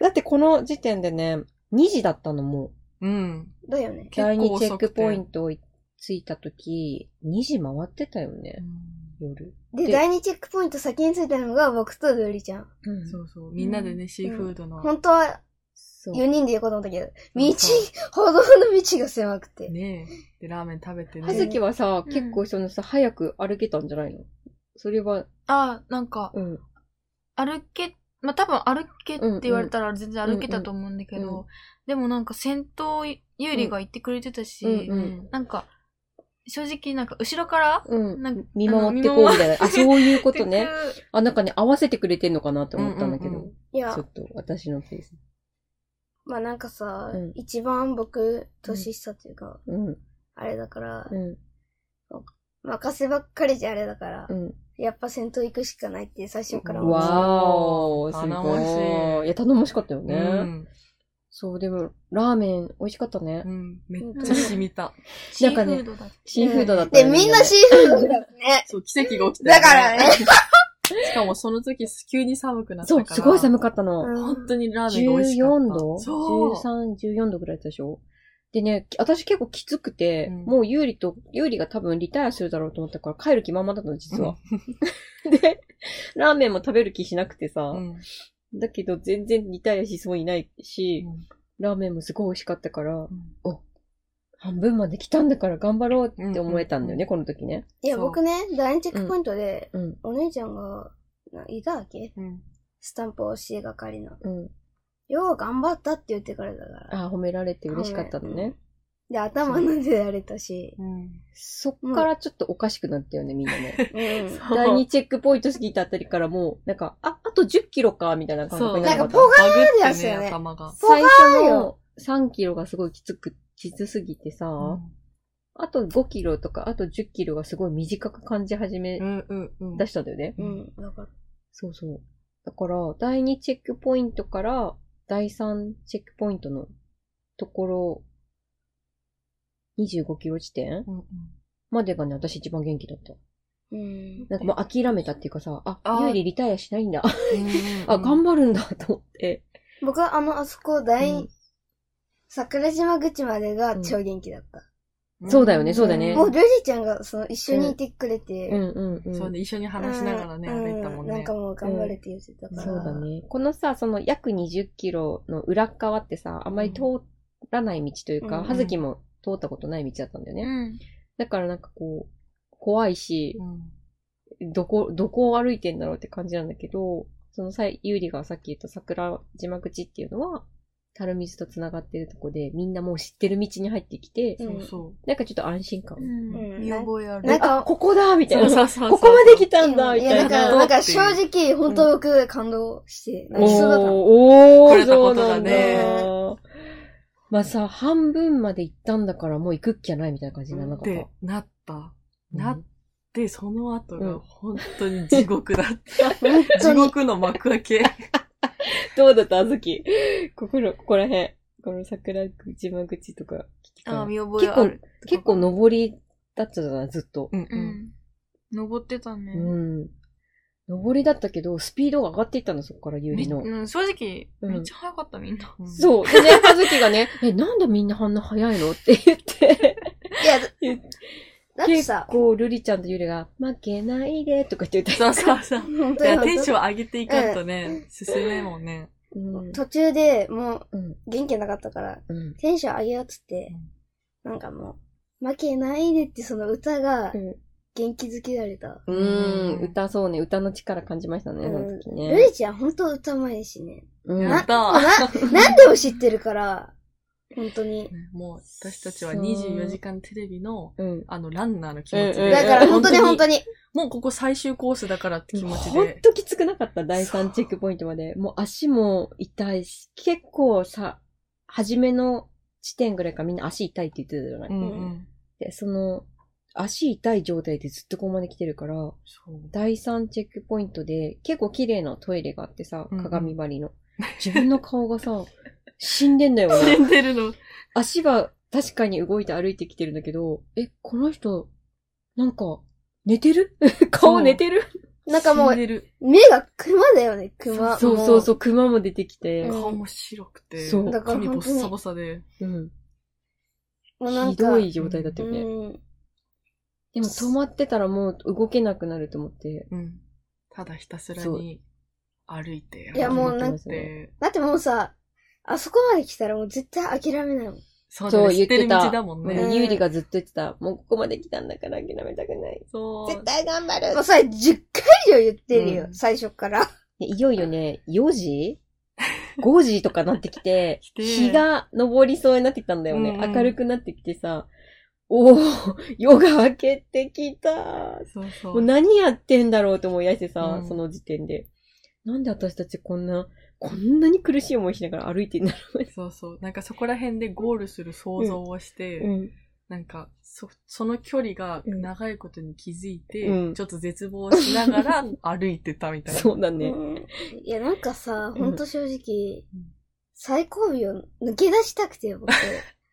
[SPEAKER 4] だってこの時点でね、2時だったのもう。
[SPEAKER 6] うん。
[SPEAKER 3] だよね。
[SPEAKER 6] 結
[SPEAKER 4] 第
[SPEAKER 6] 構
[SPEAKER 4] 2チェ
[SPEAKER 6] 遅
[SPEAKER 4] ッ
[SPEAKER 6] く
[SPEAKER 4] ク
[SPEAKER 6] て
[SPEAKER 4] ポイントついたとき、2時回ってたよね、夜。
[SPEAKER 3] で、
[SPEAKER 4] で
[SPEAKER 3] 第2チェックポイント先についたのが僕とルリちゃん。
[SPEAKER 6] そうそう。みんなでね、シーフードの。
[SPEAKER 3] 本当は
[SPEAKER 4] そう。
[SPEAKER 3] 4人で行こうと思ったけど、
[SPEAKER 6] ん
[SPEAKER 3] 道、歩道の道が狭くて。
[SPEAKER 6] ねえ。で、ラーメン食べて
[SPEAKER 4] は
[SPEAKER 6] ね。
[SPEAKER 4] ずきはさ、結構そのさ、早く歩けたんじゃないのそれは、
[SPEAKER 5] あ、なんか、
[SPEAKER 4] うん。
[SPEAKER 5] 歩け、まあ、多分歩けって言われたら全然歩けたと思うんだけど、
[SPEAKER 4] うんうんう
[SPEAKER 5] でもなんか先頭有利が言ってくれてたし、
[SPEAKER 4] うん
[SPEAKER 6] うん。
[SPEAKER 5] なんか、正直なんか後ろから、
[SPEAKER 4] うん。
[SPEAKER 5] なんか
[SPEAKER 4] 見守ってこうみたいな。あ、そういうことね。
[SPEAKER 5] てく
[SPEAKER 4] あ、なんかね、合わせてくれてんのかなって思ったんだけど。
[SPEAKER 6] うんうんう
[SPEAKER 3] い
[SPEAKER 4] ち
[SPEAKER 3] や
[SPEAKER 4] ょ、っと、私のペース。
[SPEAKER 3] まあなんかさ、
[SPEAKER 4] うん
[SPEAKER 3] 一番僕、年下っていうか、
[SPEAKER 4] うん。
[SPEAKER 3] あれだから、
[SPEAKER 4] うん。
[SPEAKER 3] 任せばっかりじゃあれだから、
[SPEAKER 4] うん。
[SPEAKER 3] やっぱ先頭行くしかないって最初から
[SPEAKER 6] うん
[SPEAKER 3] 思っ
[SPEAKER 4] わ
[SPEAKER 3] て
[SPEAKER 6] う
[SPEAKER 4] ーお、す
[SPEAKER 6] 頼もしい
[SPEAKER 4] ごい。いや、頼もしかったよ
[SPEAKER 6] う
[SPEAKER 4] ね。
[SPEAKER 6] ん。
[SPEAKER 4] そう、でも、ラーメン、美味しかったね
[SPEAKER 6] う。ん。めっちゃ染みた。。
[SPEAKER 5] シ
[SPEAKER 4] なん
[SPEAKER 5] ー
[SPEAKER 4] か
[SPEAKER 5] フ
[SPEAKER 4] ね
[SPEAKER 5] ードだって。
[SPEAKER 4] シーフードだった
[SPEAKER 3] で、
[SPEAKER 4] よね
[SPEAKER 3] みんなシーフードだね
[SPEAKER 6] そう、奇跡が起きて。
[SPEAKER 3] だからね。。
[SPEAKER 6] しかもその時、急に寒くなった
[SPEAKER 4] そ
[SPEAKER 6] か
[SPEAKER 4] う、
[SPEAKER 6] ら。
[SPEAKER 4] すごい
[SPEAKER 6] く
[SPEAKER 4] 寒かったの。
[SPEAKER 3] うん
[SPEAKER 6] 本当にラーメンが美味しかった。
[SPEAKER 4] 14度
[SPEAKER 6] そう。
[SPEAKER 4] ?13、14度ぐらいだったでしょでね、き私結構きつくて、
[SPEAKER 6] うん
[SPEAKER 4] もうユーリと、ユーリが多分リタイアするだろうと思ったから帰る気満々だったの、実は。 で、ラーメンも食べる気しなくてさ、
[SPEAKER 6] うん。
[SPEAKER 4] だけど全然リタイアしそうにないし、
[SPEAKER 6] うん
[SPEAKER 4] ラーメンもすごい美味しかったから、
[SPEAKER 6] ん
[SPEAKER 4] お、半分まで来たんだから頑張ろうって思えたんだよね、この時ね。
[SPEAKER 3] いや、
[SPEAKER 6] そう
[SPEAKER 3] 僕ね、第二チェックポイントで、
[SPEAKER 4] うん、
[SPEAKER 3] お姉ちゃんが、ないたわけ
[SPEAKER 6] うん。
[SPEAKER 3] スタンプを教えがかりの。
[SPEAKER 4] うん。
[SPEAKER 3] よう頑張ったって言ってからだから。
[SPEAKER 4] あ、褒められて嬉しかったのね。
[SPEAKER 3] で、頭のでられたし。
[SPEAKER 6] うん。
[SPEAKER 4] そっからちょっとおかしくなったよね、みんなね。
[SPEAKER 3] うん。
[SPEAKER 4] 第2チェックポイント過ぎたあたりからもう、なんか、あ、あと10キロか、みたいな感覚に
[SPEAKER 3] な
[SPEAKER 4] なる
[SPEAKER 3] んか
[SPEAKER 4] か
[SPEAKER 3] ポガ
[SPEAKER 6] バグ
[SPEAKER 3] や
[SPEAKER 6] っ
[SPEAKER 3] つ
[SPEAKER 6] て
[SPEAKER 3] だ
[SPEAKER 6] ね、
[SPEAKER 3] よね
[SPEAKER 6] 頭が。
[SPEAKER 4] 最
[SPEAKER 3] ポ
[SPEAKER 4] 初
[SPEAKER 3] ガー
[SPEAKER 4] の
[SPEAKER 3] よ
[SPEAKER 4] 3キロがすごいきつく、きつすぎてさ、あと5キロとか、あと10キロがすごい短く感じ始め
[SPEAKER 6] うんうんうん。
[SPEAKER 4] 出したんだよね。
[SPEAKER 3] うん、わかる。
[SPEAKER 4] そうそう。だから、第2チェックポイントから第3チェックポイントのところ、25キロ地点
[SPEAKER 6] うんうん
[SPEAKER 4] までがね、私一番元気だった。
[SPEAKER 3] うん。
[SPEAKER 4] なんかもう諦めたっていうかさ、あ、
[SPEAKER 6] あー
[SPEAKER 4] ユーリリタイアしないんだ。
[SPEAKER 6] あ、
[SPEAKER 4] あ、頑
[SPEAKER 6] 頑
[SPEAKER 4] 張るんだと思って。
[SPEAKER 3] 僕はあの、あそこ、第、
[SPEAKER 4] うん
[SPEAKER 3] 桜島口までが超元気だった。
[SPEAKER 6] 張
[SPEAKER 4] そうだよねそうだねうん
[SPEAKER 3] もう、ルリちゃんが、その、一緒にいてくれて。
[SPEAKER 4] うんうんうん。
[SPEAKER 6] そうね、一緒に話しながらね、
[SPEAKER 3] うん
[SPEAKER 6] 歩いたもん
[SPEAKER 3] うなん
[SPEAKER 6] ね
[SPEAKER 3] か。もう頑張れって言ってたから。
[SPEAKER 4] そうだ。ね。このさ、その約20キロの裏っ側ってさ、あんまり通らない道という
[SPEAKER 3] う
[SPEAKER 4] か、
[SPEAKER 3] ん
[SPEAKER 4] 葉月も通ったことない道だったんだよね。
[SPEAKER 2] うん。
[SPEAKER 4] だからなんかこう、怖いし、
[SPEAKER 6] うん
[SPEAKER 4] どこ、どこを歩いてんだろうって感じなんだけど、そのさ、ゆうりがさっき言った桜島口っていうのは、樽水と繋がってるとこで、みんなもう知ってる道に入ってきて、
[SPEAKER 3] う
[SPEAKER 6] そ
[SPEAKER 3] ん
[SPEAKER 6] うそう
[SPEAKER 4] なんかちょっと安心感。
[SPEAKER 2] うん
[SPEAKER 3] うん。
[SPEAKER 6] 見覚えある。
[SPEAKER 3] なんか
[SPEAKER 4] あ、ここだみたいな。
[SPEAKER 6] そうそうそう
[SPEAKER 4] ここまで来たんだみ
[SPEAKER 3] いや、
[SPEAKER 4] た
[SPEAKER 3] ないんか、
[SPEAKER 4] な。
[SPEAKER 3] なんか正直、本当僕、感動して、
[SPEAKER 4] お
[SPEAKER 3] 泣きそうだったもん。
[SPEAKER 4] お
[SPEAKER 6] 来
[SPEAKER 4] ー、
[SPEAKER 6] れた
[SPEAKER 4] そ
[SPEAKER 6] こ
[SPEAKER 4] う
[SPEAKER 6] と
[SPEAKER 4] な
[SPEAKER 6] が
[SPEAKER 4] ん
[SPEAKER 6] ね
[SPEAKER 4] だ。まあさ、半分まで行ったんだからもう行くっきゃないみたいな感じにならな
[SPEAKER 6] っ
[SPEAKER 4] かってた。
[SPEAKER 6] なった。
[SPEAKER 4] うん
[SPEAKER 6] なって、その後
[SPEAKER 4] うん
[SPEAKER 6] が本当に地獄だった。
[SPEAKER 3] 本当
[SPEAKER 6] 地
[SPEAKER 3] に。
[SPEAKER 6] 獄の幕開け。
[SPEAKER 4] どうだったあずき。ここら、ここら辺。この桜島口とか聞きたい
[SPEAKER 5] あ、見覚えある。
[SPEAKER 4] 結構上りだったじゃない、ずっと。
[SPEAKER 6] うん
[SPEAKER 5] う
[SPEAKER 6] うん。
[SPEAKER 5] ん。登ってた
[SPEAKER 4] う
[SPEAKER 5] ね。
[SPEAKER 4] ん。上りだったけど、スピードが上がっていったの、そこから有利の。
[SPEAKER 5] うん、正直、
[SPEAKER 4] うん
[SPEAKER 5] めっちゃ早かった、みんな。
[SPEAKER 6] う。
[SPEAKER 4] そう。でね、はずきがね、え、なんでみんなあんな早いのって言って、
[SPEAKER 3] いや、だだって
[SPEAKER 4] 結
[SPEAKER 3] さ、
[SPEAKER 4] 構、ルリちゃんとゆりが、負けないで、とか言ってた。
[SPEAKER 6] そうそうそう。
[SPEAKER 3] 本
[SPEAKER 6] い
[SPEAKER 3] 当に
[SPEAKER 6] や、
[SPEAKER 3] 本
[SPEAKER 6] テン
[SPEAKER 3] 当
[SPEAKER 6] ション上げていかんとね、進めんもんね。
[SPEAKER 4] うん。
[SPEAKER 3] 途中でもう、
[SPEAKER 4] うん。
[SPEAKER 3] 元気なかったから、
[SPEAKER 4] うん。
[SPEAKER 3] テンション上げようっつって、なんかもう、負けないでってその歌が元気づけられた。
[SPEAKER 4] う
[SPEAKER 6] うん
[SPEAKER 4] ん。歌、そうね。歌の力感じましたね、その時
[SPEAKER 3] ル
[SPEAKER 4] ね。
[SPEAKER 3] リちゃん本当歌うまいしね。
[SPEAKER 4] うん。
[SPEAKER 6] やった。
[SPEAKER 3] 何でも知ってるから、本当に。
[SPEAKER 6] ねもう、私たちは24時間テレビの、
[SPEAKER 4] うん。
[SPEAKER 6] あの、ランナーの気持ち
[SPEAKER 4] うんう
[SPEAKER 6] で。
[SPEAKER 4] ん
[SPEAKER 3] だから本当に本当に。
[SPEAKER 6] もうここ最終コースだからって気持ち
[SPEAKER 4] ほん
[SPEAKER 6] で。
[SPEAKER 4] ときつくなかった、第3チェックポイントまで。もう足も痛いし、結構さ、初めの地点ぐらいからみんな足痛いって言ってたじゃない、
[SPEAKER 6] うんうん。
[SPEAKER 4] で、その、足痛い状態でずっとここまで来てるから、
[SPEAKER 6] そう。
[SPEAKER 4] 第3チェックポイントで結構綺麗なトイレがあってさ
[SPEAKER 6] うんう、ん
[SPEAKER 4] 鏡張り の。自分の顔がさ、死んでんだよ
[SPEAKER 6] 死
[SPEAKER 4] ね。
[SPEAKER 6] んでるの。
[SPEAKER 4] 足は確かに動いて歩いてきてるんだけど、え、この人、なんか、寝てる 顔寝てる
[SPEAKER 3] なんかも
[SPEAKER 6] 死ん
[SPEAKER 3] う、
[SPEAKER 6] でる。
[SPEAKER 3] 目が熊だよね、熊。
[SPEAKER 4] そう
[SPEAKER 3] も
[SPEAKER 4] そうそう、熊も出てきて。
[SPEAKER 3] うん
[SPEAKER 6] 顔も白くて。
[SPEAKER 4] そう
[SPEAKER 3] だから
[SPEAKER 6] 髪ボ
[SPEAKER 3] 本当に
[SPEAKER 6] ッサボサで。
[SPEAKER 4] うん。
[SPEAKER 3] もうなんか
[SPEAKER 4] ひどい状態だったよね。
[SPEAKER 3] うん
[SPEAKER 4] でも止まってたらもう動けなくなると思って。
[SPEAKER 6] うん。ただひたすら
[SPEAKER 4] そう
[SPEAKER 6] に歩いて。
[SPEAKER 3] いやもうなん
[SPEAKER 4] か
[SPEAKER 6] 走って。
[SPEAKER 3] だってもうさ、あそこまで来たらもう絶対諦めないもん。
[SPEAKER 6] そう
[SPEAKER 4] そ
[SPEAKER 6] だ
[SPEAKER 4] う
[SPEAKER 6] ね。
[SPEAKER 4] 言
[SPEAKER 6] 知
[SPEAKER 4] っ
[SPEAKER 6] って
[SPEAKER 4] て
[SPEAKER 6] る
[SPEAKER 4] た。
[SPEAKER 6] 道だもん
[SPEAKER 4] う
[SPEAKER 6] ね。
[SPEAKER 4] ゆうりがずっと言ってた。もうここまで来たんだから諦めたくない。
[SPEAKER 6] そう。
[SPEAKER 4] 絶対頑張る
[SPEAKER 3] もうさ、10回以上言ってるよ、
[SPEAKER 6] うん
[SPEAKER 3] 最初から。
[SPEAKER 4] でいよいよね、4時 ?5 時とかなってきて、
[SPEAKER 6] 来て
[SPEAKER 4] 日が昇りそうになってきたんだよね。
[SPEAKER 6] うんうん
[SPEAKER 4] 明るくなってきてさ、おー、 夜が明けてきた。
[SPEAKER 6] そうそ
[SPEAKER 4] もう
[SPEAKER 6] う。
[SPEAKER 4] 何やってんだろうと思い出してさ、
[SPEAKER 6] うん
[SPEAKER 4] その時点で。なんで私たちこんな、こんなに苦しい思いしながら歩いてんだろ
[SPEAKER 6] そうそう。なんかそこら辺でゴールする想像をして、
[SPEAKER 4] う。ん。
[SPEAKER 6] なんか、そ、その距離が
[SPEAKER 4] うん
[SPEAKER 6] 長いことに気づいて、
[SPEAKER 4] うん
[SPEAKER 6] ちょっと絶望しな がら歩いてたみたいな。
[SPEAKER 4] そうだね。
[SPEAKER 3] うんいや、なんかさ、
[SPEAKER 4] うん
[SPEAKER 3] ほんと正直、
[SPEAKER 6] うん
[SPEAKER 3] 最後尾を抜け出したくてよ、僕。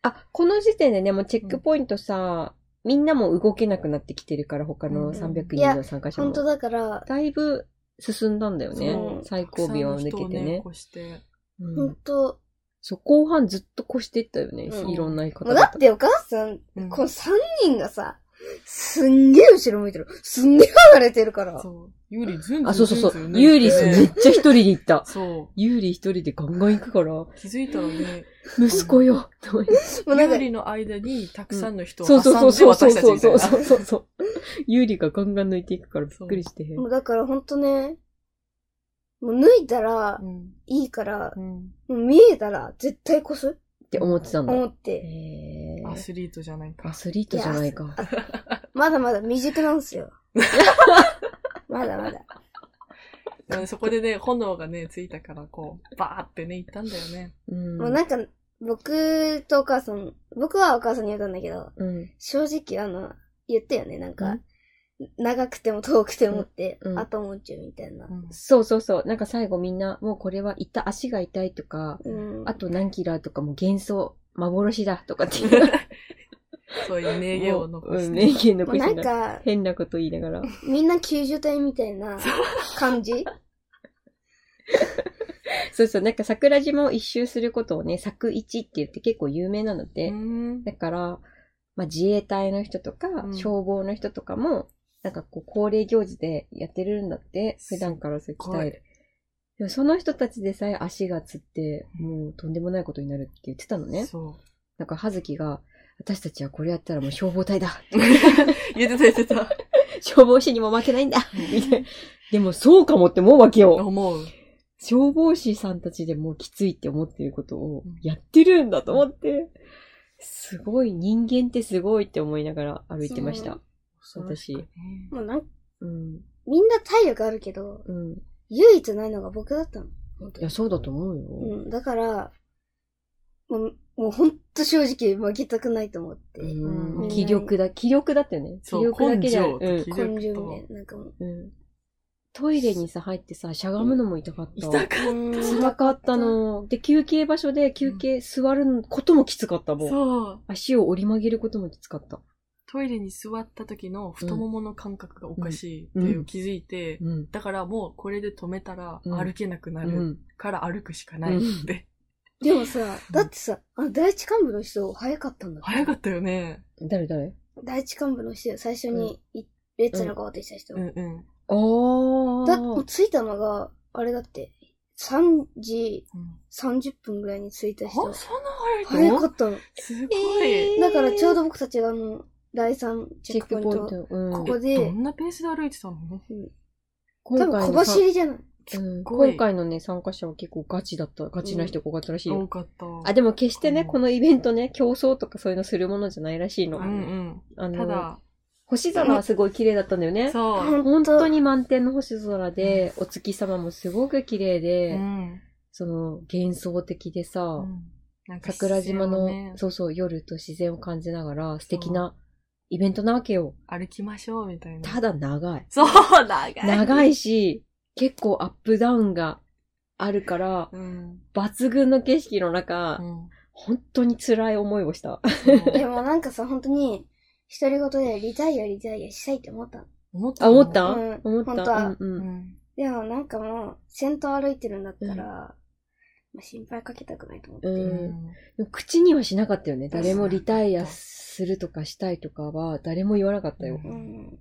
[SPEAKER 4] あ、この時点でね、もうチェックポイントさ、みんなも動けなくなってきてるから、他
[SPEAKER 6] う
[SPEAKER 4] の
[SPEAKER 6] ん
[SPEAKER 4] 300
[SPEAKER 3] いや
[SPEAKER 4] 人の参加者
[SPEAKER 3] ほ
[SPEAKER 4] も。
[SPEAKER 3] んとだから、
[SPEAKER 4] だいぶ進んだんだよね
[SPEAKER 6] そう。
[SPEAKER 4] 最後尾を抜けて
[SPEAKER 6] たくさんの人を
[SPEAKER 4] ね。
[SPEAKER 6] 越して
[SPEAKER 4] う
[SPEAKER 3] ほ
[SPEAKER 4] ん
[SPEAKER 3] んと、
[SPEAKER 4] そう、後半ずっと越してったよね。
[SPEAKER 3] うん
[SPEAKER 4] いろんな言い方
[SPEAKER 3] もうだってお母さん、
[SPEAKER 4] うん
[SPEAKER 3] この三人がさ、すんげえ後ろ向いてる。すんげえ離れてるから。
[SPEAKER 6] そう。ユーリずんずん
[SPEAKER 4] あ、そうそう
[SPEAKER 6] ず
[SPEAKER 4] そ
[SPEAKER 6] んずん
[SPEAKER 4] う。
[SPEAKER 6] ね
[SPEAKER 4] ユーリスめっちゃ一人で行った。
[SPEAKER 6] そ
[SPEAKER 4] ユーリ一人でガンガン行くから、
[SPEAKER 6] う。気づいたらね、
[SPEAKER 4] 息子よ。と 思って
[SPEAKER 3] もうな
[SPEAKER 6] ユ
[SPEAKER 3] ん
[SPEAKER 6] ー
[SPEAKER 3] か、
[SPEAKER 6] リの間にたくさんの人を挟
[SPEAKER 4] そ
[SPEAKER 6] ん
[SPEAKER 4] うそう
[SPEAKER 6] で
[SPEAKER 4] そうそう
[SPEAKER 6] 私たち
[SPEAKER 4] そう
[SPEAKER 6] みたい
[SPEAKER 4] そう
[SPEAKER 6] な。
[SPEAKER 4] そうそうそう。ユーリがガンガン抜いていくからびっくりしてへん
[SPEAKER 3] も。うだからほんとね、もう抜いたら
[SPEAKER 6] うん。
[SPEAKER 3] いいから、
[SPEAKER 6] うん。
[SPEAKER 3] もう見えたら絶対越す
[SPEAKER 4] って思ってたんだ。
[SPEAKER 3] 思っ
[SPEAKER 4] へ
[SPEAKER 3] て。
[SPEAKER 4] え。
[SPEAKER 6] アスリートじゃない
[SPEAKER 4] ア
[SPEAKER 6] か。
[SPEAKER 4] スリートじゃないか。
[SPEAKER 3] まだまだ未熟なんですよ。まだまだ。
[SPEAKER 6] うんそこでね、炎がね、ついたから、こう、バーってね、行ったんだよね。
[SPEAKER 4] うん。
[SPEAKER 3] もうなんか、僕とお母さん、僕はお母さんに言ったんだけど、
[SPEAKER 4] うん。
[SPEAKER 3] 正直あの、言ったよね、なん
[SPEAKER 4] う
[SPEAKER 3] か、長くても遠くてもって、
[SPEAKER 4] うんうん
[SPEAKER 3] 後もちゅうみたいな。
[SPEAKER 4] そうそうそう。なんか最後みんな、もうこれは痛、足が痛いとか、
[SPEAKER 3] うん。
[SPEAKER 4] あと何キラとかも幻想、幻だとかっていう。
[SPEAKER 6] そういう名言を残
[SPEAKER 4] う
[SPEAKER 6] し
[SPEAKER 4] ん
[SPEAKER 6] て
[SPEAKER 4] 名。言
[SPEAKER 3] もう
[SPEAKER 4] 残し
[SPEAKER 3] な
[SPEAKER 4] て
[SPEAKER 3] ん
[SPEAKER 4] な。
[SPEAKER 3] か、
[SPEAKER 4] 変なこと言いながら。
[SPEAKER 3] みんな救助隊みたいな感じ
[SPEAKER 4] そうそう、なんか桜島を一周することをね、作一って言って結構有名なので、
[SPEAKER 6] うん
[SPEAKER 4] だから、まあ、自衛隊の人とか、
[SPEAKER 6] うん
[SPEAKER 4] 消防の人とかも、なんかこう、恒例行事でやってるんだって、普段からそれ鍛える。でもその人たちでさえ足がつって、もうとんでもないことになるって言ってたのね。
[SPEAKER 6] そ
[SPEAKER 4] なんか、葉月が、私たちはこれやったらもう消防隊だ
[SPEAKER 6] う。 言ってた言ってた。
[SPEAKER 4] 消防士にも負けないんだみたいな。 でも、そうかもって思うわけよ。
[SPEAKER 6] 思う。
[SPEAKER 4] 消防士さんたちでもうきついって思ってることをやってるんだと思って、すごい、人間ってすごいって思いながら歩いてました。私。
[SPEAKER 3] もうなん
[SPEAKER 4] うん。
[SPEAKER 3] みんな体力あるけど、
[SPEAKER 4] うん。
[SPEAKER 3] 唯一ないのが僕だったの。本当
[SPEAKER 4] いや、
[SPEAKER 3] に
[SPEAKER 4] そうだと思うよ。
[SPEAKER 3] うん、だから、もう、もうほんと正直負けたくないと思って、
[SPEAKER 4] うん
[SPEAKER 6] うん
[SPEAKER 4] 気力だ、気力だったよね。気
[SPEAKER 6] そう、
[SPEAKER 4] 力だ
[SPEAKER 6] 根
[SPEAKER 4] けじ
[SPEAKER 6] 性
[SPEAKER 4] ゃ、うん
[SPEAKER 6] と気
[SPEAKER 3] 根性
[SPEAKER 6] 力と
[SPEAKER 3] み。たいな、なんかもう、
[SPEAKER 4] うん。トイレにさ、入ってさ、しゃがむのも痛かった。
[SPEAKER 6] 痛かっ
[SPEAKER 3] うん
[SPEAKER 4] 辛かったの。で、休憩場所で休憩、座ることもきつかった、
[SPEAKER 6] た。
[SPEAKER 4] もう。
[SPEAKER 6] そう。
[SPEAKER 4] 足を折り曲げることもきつかった。
[SPEAKER 6] トイレに座った時の太ももの感覚がおかしいっていう気づいて、
[SPEAKER 4] うん。
[SPEAKER 6] だからもうこれで止めたら
[SPEAKER 4] うん
[SPEAKER 6] 歩けなくな
[SPEAKER 4] う
[SPEAKER 6] る
[SPEAKER 4] ん。
[SPEAKER 6] から歩くしかないって。
[SPEAKER 3] でもさ、だってさ、あの第一幹部の人早かったんだ
[SPEAKER 6] 早かったよね。
[SPEAKER 4] 誰誰
[SPEAKER 3] 第一幹部の人、最初にい、列の顔でした人。
[SPEAKER 6] うんうん。
[SPEAKER 4] あー。
[SPEAKER 3] だ、もう着いたのが、あれだって、3時30分ぐらいに着いた
[SPEAKER 6] あ、そん
[SPEAKER 3] 人
[SPEAKER 6] な。早い
[SPEAKER 3] 早
[SPEAKER 6] の
[SPEAKER 3] かったの。
[SPEAKER 6] すごい。
[SPEAKER 3] だからちょうど僕たちがあの、第3チェックポイント。
[SPEAKER 4] ト。うん
[SPEAKER 3] こ
[SPEAKER 6] え
[SPEAKER 3] こで
[SPEAKER 6] どんなペースで歩いてたの
[SPEAKER 3] 多
[SPEAKER 4] 今
[SPEAKER 3] 分
[SPEAKER 4] 回
[SPEAKER 3] 小
[SPEAKER 4] のさ
[SPEAKER 3] 走りじゃない
[SPEAKER 4] うん
[SPEAKER 6] ごい
[SPEAKER 4] 今回のね、参加者は結構ガチだった。ガチな人多かったらしいよ。
[SPEAKER 6] 多かった。
[SPEAKER 4] あ、でも決してね、
[SPEAKER 6] うん
[SPEAKER 4] このイベントね、競争とかそういうのするものじゃないらしいの。
[SPEAKER 6] うん
[SPEAKER 4] あ
[SPEAKER 6] うん。た
[SPEAKER 4] の、
[SPEAKER 6] だ、
[SPEAKER 4] 星空はすごい綺麗だったんだよね。
[SPEAKER 6] そう。
[SPEAKER 4] 本当に満点の星空で、お月様もすごく綺麗で、
[SPEAKER 6] うん。
[SPEAKER 4] その幻想的でさ、
[SPEAKER 6] なんか
[SPEAKER 4] 桜島
[SPEAKER 6] 視線を
[SPEAKER 4] の、
[SPEAKER 6] ね
[SPEAKER 4] そうそう、夜と自然を感じながら素敵なイベントなわけよ。
[SPEAKER 6] 歩きましょうみたいな。
[SPEAKER 4] ただ長い。
[SPEAKER 6] そう、長い。
[SPEAKER 4] 長いし、結構アップダウンがあるから、
[SPEAKER 6] うん。
[SPEAKER 4] 抜群の景色の中、
[SPEAKER 6] うん。
[SPEAKER 4] 本当に辛い思いをした。
[SPEAKER 6] そう
[SPEAKER 3] でもなんかさ、本当に、独り言でリタイアリタイアしたいって思ったの。
[SPEAKER 6] 思った
[SPEAKER 4] あ、
[SPEAKER 6] の
[SPEAKER 4] 思った、
[SPEAKER 3] うん
[SPEAKER 4] 思った。
[SPEAKER 3] 本当は
[SPEAKER 4] うん
[SPEAKER 6] う
[SPEAKER 4] うん
[SPEAKER 6] ん。
[SPEAKER 3] でもなんかもう、先頭歩いてるんだったら、まあ、心配かけたくないと思って。
[SPEAKER 4] う
[SPEAKER 6] うんん。
[SPEAKER 4] でも口にはしなかったよね。誰もリタイアするとかしたいとかは、誰も言わなかったよ。
[SPEAKER 6] うん
[SPEAKER 3] うん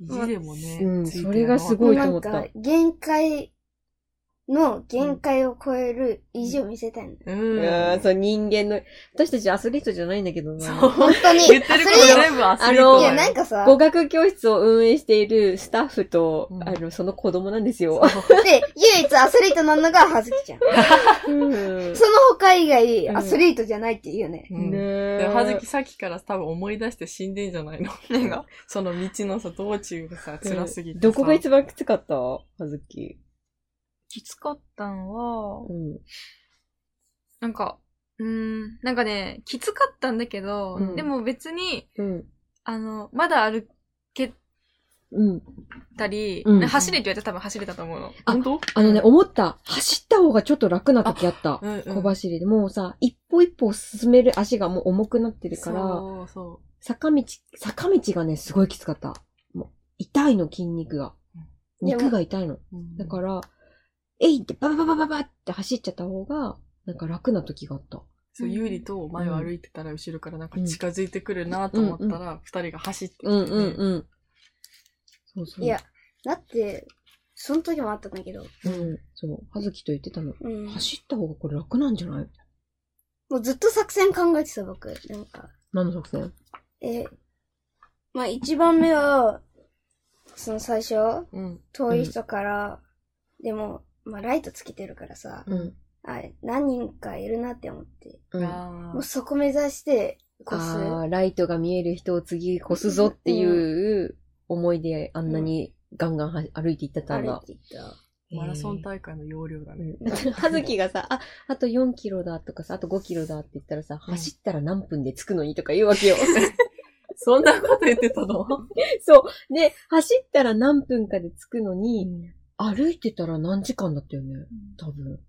[SPEAKER 6] 意地でもね。
[SPEAKER 4] うん
[SPEAKER 6] ついてるの
[SPEAKER 4] それがす
[SPEAKER 3] も
[SPEAKER 4] ご
[SPEAKER 3] う
[SPEAKER 4] い
[SPEAKER 3] な
[SPEAKER 4] と思
[SPEAKER 3] ん
[SPEAKER 4] った
[SPEAKER 3] か、限界の限界を超える意地を見せたいの。
[SPEAKER 6] う。
[SPEAKER 4] うんん、そう、人間の、私たちアスリートじゃないんだけど
[SPEAKER 6] そ
[SPEAKER 4] な。
[SPEAKER 3] 本当に。
[SPEAKER 6] 言ってること
[SPEAKER 3] それ
[SPEAKER 6] 全部アスリー
[SPEAKER 4] そ
[SPEAKER 6] ト
[SPEAKER 4] う
[SPEAKER 3] い
[SPEAKER 6] だ
[SPEAKER 3] や、
[SPEAKER 6] よ
[SPEAKER 3] なんかさ、
[SPEAKER 4] 語学教室を運営しているスタッフと、
[SPEAKER 6] うん
[SPEAKER 4] あの、その子供なんですよ。
[SPEAKER 3] で、唯一アスリートなのがはずきちゃん。
[SPEAKER 4] うん
[SPEAKER 3] その他以外、
[SPEAKER 4] うん
[SPEAKER 3] アスリートじゃないって言うね。
[SPEAKER 6] う
[SPEAKER 4] ね
[SPEAKER 6] んで、はずきさっきから多分思い出して死んでんじゃないのなんか、その道のさ、道中がさ、辛すぎてさ。
[SPEAKER 4] どこが一番きつかったはずき。
[SPEAKER 5] きつかったのは、
[SPEAKER 4] うん。
[SPEAKER 5] なんか、うーん、なんかね、きつかったんだけど、
[SPEAKER 4] うん
[SPEAKER 5] でも別に、
[SPEAKER 4] うん。
[SPEAKER 5] あの、まだ歩け
[SPEAKER 4] うん。
[SPEAKER 5] たり、
[SPEAKER 4] うん
[SPEAKER 5] 走れって言われたら多分走れたと思うの。
[SPEAKER 4] あ
[SPEAKER 6] 本当
[SPEAKER 4] あのね、思った。走った方がちょっと楽な時あった。
[SPEAKER 6] うんうん。
[SPEAKER 4] 小走りで、もうさ、一歩一歩進める足がもう重くなってるから、
[SPEAKER 6] そうそ
[SPEAKER 4] 坂道、坂道がね、すごいきつかった。もう痛いの、筋肉が。
[SPEAKER 3] でも
[SPEAKER 4] 肉が痛いの。
[SPEAKER 6] う。うん
[SPEAKER 4] だから、えいってババババババって走っちゃった方が、なんか楽な時があった。
[SPEAKER 6] そう、
[SPEAKER 5] うん
[SPEAKER 6] ゆうりと前を歩いてたら後ろからなんか近づいてくるなと思ったら、二、人が走ってきて、
[SPEAKER 4] うんうんうん。そうそう。
[SPEAKER 3] いや、、だって、その時もあったんだけど、
[SPEAKER 4] うん。そう。はずきと言ってたの。
[SPEAKER 3] うん。
[SPEAKER 4] 走った方がこれ楽なんじゃない
[SPEAKER 3] もうずっと作戦考えてた、僕。なんか、
[SPEAKER 4] 何の作戦
[SPEAKER 3] え、まあ一番目は、その最初、
[SPEAKER 6] うん。
[SPEAKER 3] 遠い人から、でも、まあライトつけてるからさ、
[SPEAKER 4] うん。
[SPEAKER 3] あ何人かいるなって思って、
[SPEAKER 4] うん、あ
[SPEAKER 6] あ
[SPEAKER 3] もうそこ目指して、こす。
[SPEAKER 4] あ、ライトが見える人を次越すぞっていう思いであんなにガンガンは歩いていったたん
[SPEAKER 3] 歩
[SPEAKER 4] だ
[SPEAKER 3] い。ていった。
[SPEAKER 6] ーマラソン大会の要領だね。
[SPEAKER 4] はずきがさ、あ、あと4キロだとかさ、あと5キロだって言ったらさ、走ったら何分で着くのにとか言うわけよ。
[SPEAKER 6] そんな こと言ってたの
[SPEAKER 4] そう。で、走ったら何分かで着くのに、
[SPEAKER 6] ん
[SPEAKER 4] 歩いてたら何時間だったよね。多分。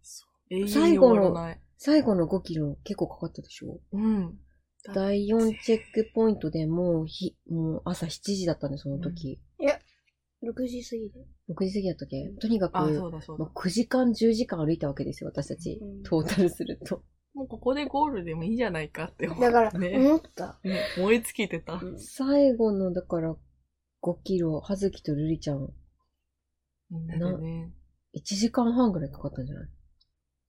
[SPEAKER 6] 永遠に終わらない。
[SPEAKER 4] 最後の5キロ結構かかったでしょ
[SPEAKER 6] うん。
[SPEAKER 4] 第4チェックポイントでもうひ、もう朝7時だったね、その時。
[SPEAKER 3] 6時過ぎで。
[SPEAKER 4] 6時過ぎだったっけとにかく、
[SPEAKER 6] あ、そうだそうだ
[SPEAKER 4] まあ。9時間、10時間歩いたわけですよ、私たち。
[SPEAKER 3] うん
[SPEAKER 4] トータルすると。
[SPEAKER 6] もうここでゴールでもいいんじゃないかって思う。
[SPEAKER 3] だから、
[SPEAKER 6] ね。
[SPEAKER 3] 思った。
[SPEAKER 6] 燃え尽きてた。
[SPEAKER 3] うん
[SPEAKER 4] 最後の、だから、5キロ、はずきとるりちゃん、
[SPEAKER 6] みんなでね。
[SPEAKER 4] 1時間半ぐらいかかったんじゃない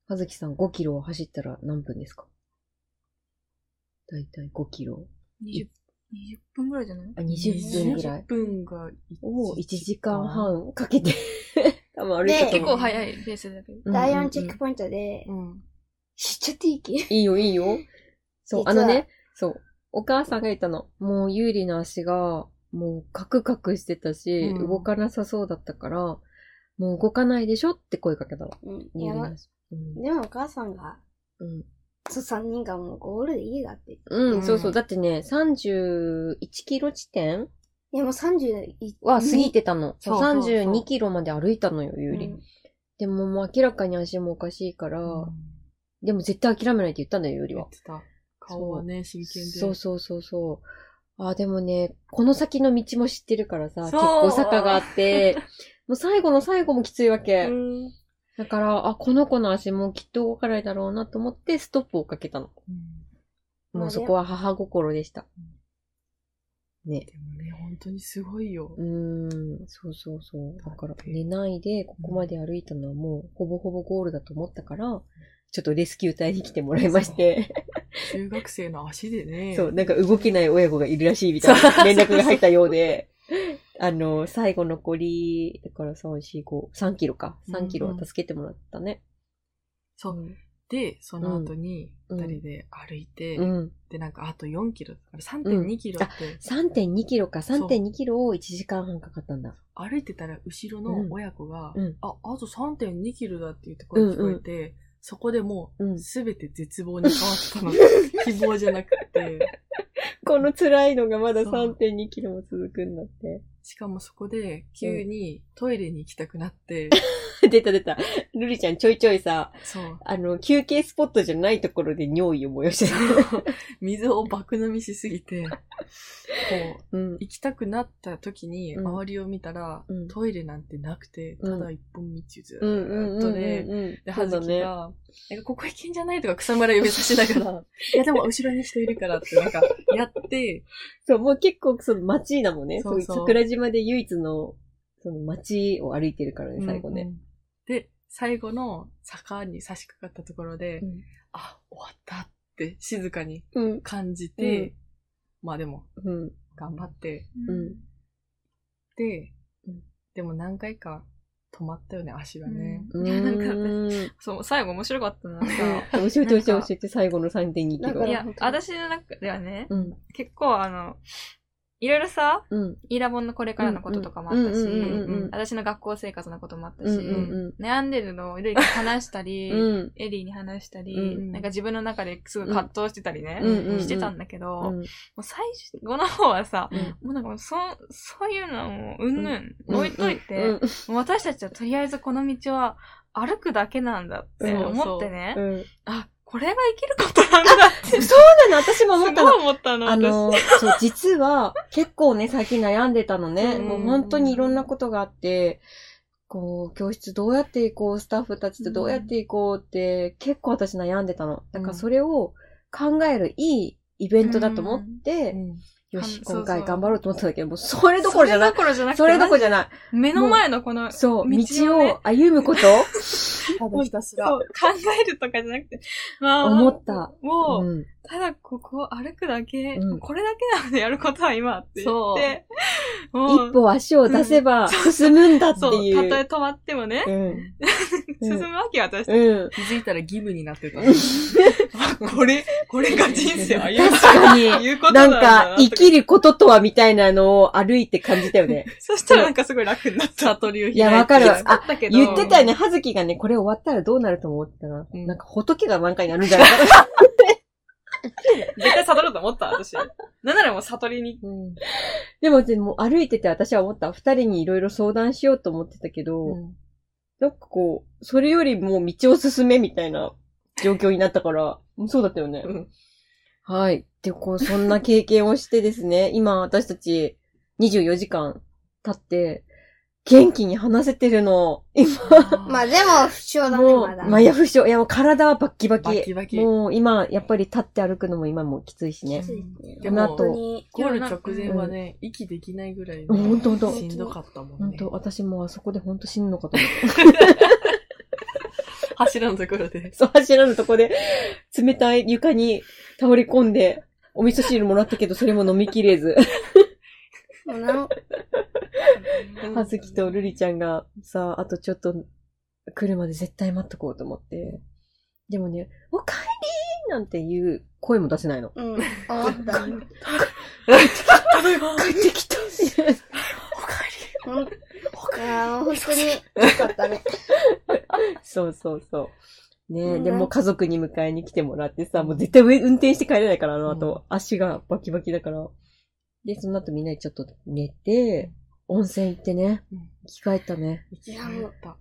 [SPEAKER 4] はずきさん5キロを走ったら何分ですかだいたい5キロ。
[SPEAKER 5] 20, 20分ぐらいじゃない
[SPEAKER 4] あ、20分ぐらい
[SPEAKER 6] 20。分が
[SPEAKER 4] を1時間。半かけて、多分歩い
[SPEAKER 3] ね
[SPEAKER 4] たと
[SPEAKER 5] 結
[SPEAKER 4] 思う。
[SPEAKER 5] 構早いペースだけ
[SPEAKER 4] う
[SPEAKER 5] ど。
[SPEAKER 4] んうんうん
[SPEAKER 3] 第4チェックポイントで
[SPEAKER 6] う、ん。
[SPEAKER 3] しちゃっていいけ
[SPEAKER 4] いいよ、いいよ。そう、
[SPEAKER 3] 実は
[SPEAKER 4] あのね、そう。お母さんが言ったの。もう、有利の足が、もう、カクカクしてたし、
[SPEAKER 6] うん
[SPEAKER 4] 動かなさそうだったから、もう動かないでしょって声かけたの。
[SPEAKER 3] うん。い
[SPEAKER 4] 有利
[SPEAKER 3] や、
[SPEAKER 4] の
[SPEAKER 3] ま
[SPEAKER 4] 足。うん
[SPEAKER 3] でもお母さんが、
[SPEAKER 4] うん
[SPEAKER 3] そう、三人がもうゴールでいいだって言って。
[SPEAKER 4] うん、
[SPEAKER 6] うん
[SPEAKER 4] そうそう。だってね、31キロ地点
[SPEAKER 3] いや、もう31
[SPEAKER 4] は過ぎてたの。
[SPEAKER 6] そうそうそう
[SPEAKER 4] 32キロまで歩いたのよ、有利。
[SPEAKER 3] うん
[SPEAKER 4] でももう明らかに足もおかしいから、
[SPEAKER 6] うん
[SPEAKER 4] でも絶対諦めないって言ったんだよ、有利
[SPEAKER 6] 言
[SPEAKER 4] は
[SPEAKER 6] っ。てた。顔はね、真剣で。
[SPEAKER 4] そうそうそうそう。あー、でもね、この先の道も知ってるからさ、結
[SPEAKER 6] そう
[SPEAKER 4] 構坂があ って、もう最後の最後もきついわけ。
[SPEAKER 3] うん。
[SPEAKER 4] だから、あ、この子の足もきっと動かないだろうなと思って、ストップをかけたの。
[SPEAKER 6] うん
[SPEAKER 4] もうそこは母心でした。ね。
[SPEAKER 6] でもね、本当にすごいよ
[SPEAKER 4] う。ーん、そうそうそう。だから、寝ないでここまで歩いたのはもう、ほぼほぼゴールだと思ったから、ちょっとレスキュー隊に来てもらいまして、
[SPEAKER 6] 中学生の足で ね。
[SPEAKER 4] そう、なんか動けない親子がいるらしいみたいな連絡が入ったようで、 あの、最後残り、だから3、4、5、3キロか。3キロは助けてもらったね。
[SPEAKER 6] そう。で、その後に、
[SPEAKER 4] うん
[SPEAKER 6] 二人で歩いて、
[SPEAKER 4] うん。
[SPEAKER 6] で、なんか、あと4キロだから、3.2キロって、
[SPEAKER 4] 3.2キロか。
[SPEAKER 6] そう
[SPEAKER 4] 3.2キロを1時間半かかったんだ。
[SPEAKER 6] 歩いてたら、後ろの親子が、
[SPEAKER 4] うん
[SPEAKER 6] あ、あと3.2キロだって言って声聞こえて、そこでも
[SPEAKER 4] う
[SPEAKER 6] う、
[SPEAKER 4] ん
[SPEAKER 6] すべて絶望に変わった の。希望じゃなくて。
[SPEAKER 4] この辛いのがまだ
[SPEAKER 6] そう
[SPEAKER 4] 3.2キロも続くんだって。
[SPEAKER 6] しかもそこで、急にトイレに行きたくな って、
[SPEAKER 4] 出た出た。ルリちゃんちょいちょいさ、
[SPEAKER 6] そう。
[SPEAKER 4] あの、休憩スポットじゃないところで尿意を催してた。
[SPEAKER 6] 水を爆飲みしす ぎて、こう、
[SPEAKER 4] うん。
[SPEAKER 6] 行きたくなった時に、
[SPEAKER 4] うん
[SPEAKER 6] 周りを見たら、
[SPEAKER 4] うん
[SPEAKER 6] トイレなんてなくて、
[SPEAKER 4] うん
[SPEAKER 6] ただ一本道ず
[SPEAKER 4] うんうん
[SPEAKER 6] っ
[SPEAKER 4] うんう
[SPEAKER 6] と
[SPEAKER 4] ん
[SPEAKER 6] で、
[SPEAKER 4] うん。
[SPEAKER 6] で、
[SPEAKER 4] そ
[SPEAKER 6] は
[SPEAKER 4] う
[SPEAKER 6] ず
[SPEAKER 4] だ
[SPEAKER 6] き
[SPEAKER 4] ね。
[SPEAKER 6] が、なんかここ行けんじゃないとか草むら指さしな がら、いやでも後ろに人いるからって、なんか、やって、
[SPEAKER 4] そう、もう結構その街だもんね。
[SPEAKER 6] そう
[SPEAKER 4] そういう
[SPEAKER 6] そう
[SPEAKER 4] 桜島で唯一の、その街を歩いてるから ね、最後
[SPEAKER 6] う
[SPEAKER 4] ね。
[SPEAKER 6] んで、最後の坂に差し掛かったところで、
[SPEAKER 4] うん
[SPEAKER 6] あ、終わったって静かに
[SPEAKER 4] うん。
[SPEAKER 6] 感じて、まあでも、
[SPEAKER 4] うん。
[SPEAKER 6] 頑張って、
[SPEAKER 4] うん。
[SPEAKER 6] で、
[SPEAKER 4] うん
[SPEAKER 6] でも何回か止まったよね、足がね。
[SPEAKER 4] うん。
[SPEAKER 5] いやなんか
[SPEAKER 4] うん
[SPEAKER 5] そう、最後面白かったな。 なんか
[SPEAKER 4] 教えて教えて教えて、最後の3.2キ
[SPEAKER 3] だか
[SPEAKER 4] ロ
[SPEAKER 3] ら。
[SPEAKER 5] いや
[SPEAKER 3] 本、当に
[SPEAKER 5] 私の中ではね、
[SPEAKER 4] うん。
[SPEAKER 5] 結構あの、いろいろさ、
[SPEAKER 4] うん。
[SPEAKER 5] イラボンのこれからのこととかもあった
[SPEAKER 4] うんうん
[SPEAKER 5] し、
[SPEAKER 4] うんうん
[SPEAKER 5] 私の学校生活のこともあった
[SPEAKER 4] うん。うん
[SPEAKER 5] し、悩んでるのをいろいろ話したり、
[SPEAKER 4] うん。うん。
[SPEAKER 5] エリーに話したり、
[SPEAKER 4] うん
[SPEAKER 5] なんか自分の中ですごい葛藤してたりね、
[SPEAKER 4] うんうんうん
[SPEAKER 5] してたんだけど、
[SPEAKER 4] う
[SPEAKER 5] も
[SPEAKER 4] ん
[SPEAKER 5] う最後の方はさ、
[SPEAKER 4] うん
[SPEAKER 5] もうなんかもうそ、そういうのはもう、うんぬん、
[SPEAKER 4] うん
[SPEAKER 5] 置いといて、
[SPEAKER 4] うん
[SPEAKER 5] もう私たちはとりあえずこの道は歩くだけなんだって
[SPEAKER 6] そう
[SPEAKER 5] 思ってね、
[SPEAKER 4] うん。
[SPEAKER 5] あ、これが生きることなんだって、す
[SPEAKER 4] そうなの、私も
[SPEAKER 5] ご
[SPEAKER 4] 思
[SPEAKER 5] い
[SPEAKER 4] ったの。
[SPEAKER 5] 思ったの、
[SPEAKER 4] あの、そう、 実は、結構ね、最近悩んでたのね。
[SPEAKER 5] うん
[SPEAKER 4] もう本当にいろんなことがあって、こう、教室どうやって行こう、スタッフたちとどうやって行こうって、結構私悩んでたの。だからそれを考えるいいイベントだと思って、よし、
[SPEAKER 5] そうそう
[SPEAKER 4] 今回頑張ろうと思ったんだけど、もうそれどころじゃない。
[SPEAKER 5] それどころじゃなくて。
[SPEAKER 4] それどころじゃない。
[SPEAKER 5] 目の前のこの、
[SPEAKER 4] そう、道
[SPEAKER 5] をね
[SPEAKER 4] を歩むこと
[SPEAKER 6] ただひたす
[SPEAKER 5] そ
[SPEAKER 6] ら
[SPEAKER 5] う。考えるとかじゃなくて、ま あ、
[SPEAKER 4] 思った。
[SPEAKER 5] もう、
[SPEAKER 4] うん
[SPEAKER 5] ただここを歩くだけ、
[SPEAKER 4] うん
[SPEAKER 5] これだけなのでやることは今って言
[SPEAKER 6] そ
[SPEAKER 5] って、も
[SPEAKER 4] 一
[SPEAKER 5] う、
[SPEAKER 4] 歩足を出せば進むんだって
[SPEAKER 5] そう、
[SPEAKER 4] いう。
[SPEAKER 5] たとえ止まってもね、
[SPEAKER 4] うん。うん
[SPEAKER 5] 進むわけよ私たち。
[SPEAKER 4] うん。
[SPEAKER 6] 気づいたら義務になってた。
[SPEAKER 5] これ、これが人生歩む
[SPEAKER 4] 確か に。
[SPEAKER 5] いうこと
[SPEAKER 4] な
[SPEAKER 5] なんんだ
[SPEAKER 4] か、生きることとはみたいなのを歩いて感じたよね。
[SPEAKER 5] そしたらなんかすごい楽になった。
[SPEAKER 6] 悟りを開い
[SPEAKER 4] いや、わかるわ。あ、
[SPEAKER 5] だけど、
[SPEAKER 4] 言ってたよね、はずきがね、これ終わったらどうなると思ってたら、
[SPEAKER 6] うん
[SPEAKER 4] なんか仏が満開になるんじゃない かな。
[SPEAKER 5] 絶対悟ると思った、私。なんならもう悟りに。
[SPEAKER 4] でも、でも歩いてて私は思った。二人にいろいろ相談しようと思ってたけど、
[SPEAKER 6] うん
[SPEAKER 4] なんかこう、それよりも道を進めみたいな状況になったから、うんそうだったよね。
[SPEAKER 6] うん
[SPEAKER 4] はい。で、こう、そんな経験をしてですね、 今私たち24時間経って、元気に話せてるの。今、
[SPEAKER 3] まあでも、不調だね、
[SPEAKER 4] も
[SPEAKER 3] まだ。
[SPEAKER 4] う、まあ、いや、不詳。いや、もう体はバッキバキ。
[SPEAKER 6] バッキバキ
[SPEAKER 4] もう、今、やっぱり立って歩くのも今もきついしね。
[SPEAKER 6] で
[SPEAKER 4] あ
[SPEAKER 6] も
[SPEAKER 3] 本当に。
[SPEAKER 6] ゴール直前はね、息できないぐらい、
[SPEAKER 4] うんほんとほんと
[SPEAKER 6] しんどかったもん
[SPEAKER 4] 本
[SPEAKER 6] ね。
[SPEAKER 4] 当私もあそこで本当死ぬのかと思った。
[SPEAKER 6] 柱のとこ ろで。
[SPEAKER 4] そう、柱のとこで、冷たい床に倒れ込んで、お味噌汁もらったけど、それも飲みきれず。
[SPEAKER 3] もうなん
[SPEAKER 4] はずきとるりちゃんが、さ、あとちょっと、来るまで絶対待っとこうと思って。でもね、お帰りーなんていう声も出せないの。
[SPEAKER 3] うん、思った。
[SPEAKER 4] 帰ってきた
[SPEAKER 3] ほん、いやもう本当に、よかったね。
[SPEAKER 4] そうそうそう。ねえ、
[SPEAKER 3] うん
[SPEAKER 4] でもう家族に迎えに来てもらってさ、もう絶対上運転して帰れないから、あの後、足がバキバキだから。で、その後みんなでちょっと寝て、温泉行ってね
[SPEAKER 6] うん、
[SPEAKER 4] 生き返ったね。
[SPEAKER 6] 息が入った。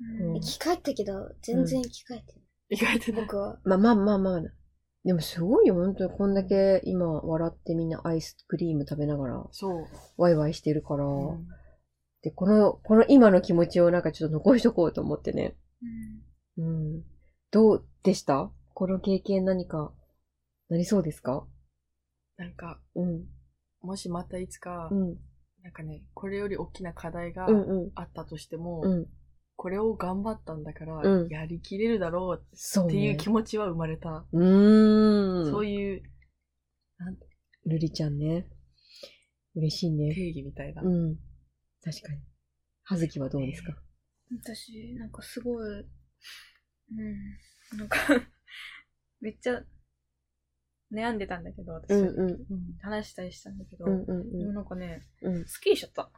[SPEAKER 4] うん
[SPEAKER 3] 生き返ったけど、全然生き返って
[SPEAKER 6] 意外と
[SPEAKER 3] ない。
[SPEAKER 6] ね。
[SPEAKER 3] 僕は。
[SPEAKER 4] まあまあまあまあ。でもすごいよ、本当にこんだけ今笑ってみんなアイスクリーム食べながら
[SPEAKER 6] そう。
[SPEAKER 4] ワイワイしてるから、
[SPEAKER 6] うん
[SPEAKER 4] で、この、この今の気持ちをなんかちょっと残しとこうと思ってね。
[SPEAKER 2] うん
[SPEAKER 4] うん。どうでしたこの経験何か、なりそうですか
[SPEAKER 6] なんか、
[SPEAKER 4] うん。
[SPEAKER 6] もしまたいつか
[SPEAKER 4] う、ん。
[SPEAKER 6] なんかね、これより大きな課題が
[SPEAKER 4] うんうん。
[SPEAKER 6] あったとしても、
[SPEAKER 4] うん。
[SPEAKER 6] これを頑張ったんだから
[SPEAKER 4] う、ん
[SPEAKER 6] やりきれるだろう
[SPEAKER 4] そう、
[SPEAKER 6] っ
[SPEAKER 4] ね。
[SPEAKER 6] ていう気持ちは生まれた。
[SPEAKER 4] うーん。
[SPEAKER 6] そう
[SPEAKER 4] い
[SPEAKER 6] いう
[SPEAKER 4] う。ルリちゃんね。嬉しいね。
[SPEAKER 6] 定義みたいな。
[SPEAKER 4] うん。確かに。はずきはどうですか
[SPEAKER 5] 私、なんかすごい、うん、なんか、 めっちゃ、悩んでたんだけど、私、
[SPEAKER 4] うん。
[SPEAKER 5] 話したりしたんだけど、
[SPEAKER 4] うんう
[SPEAKER 5] でも
[SPEAKER 4] ん
[SPEAKER 5] なんかね、
[SPEAKER 4] うん
[SPEAKER 5] すっきりしちゃった。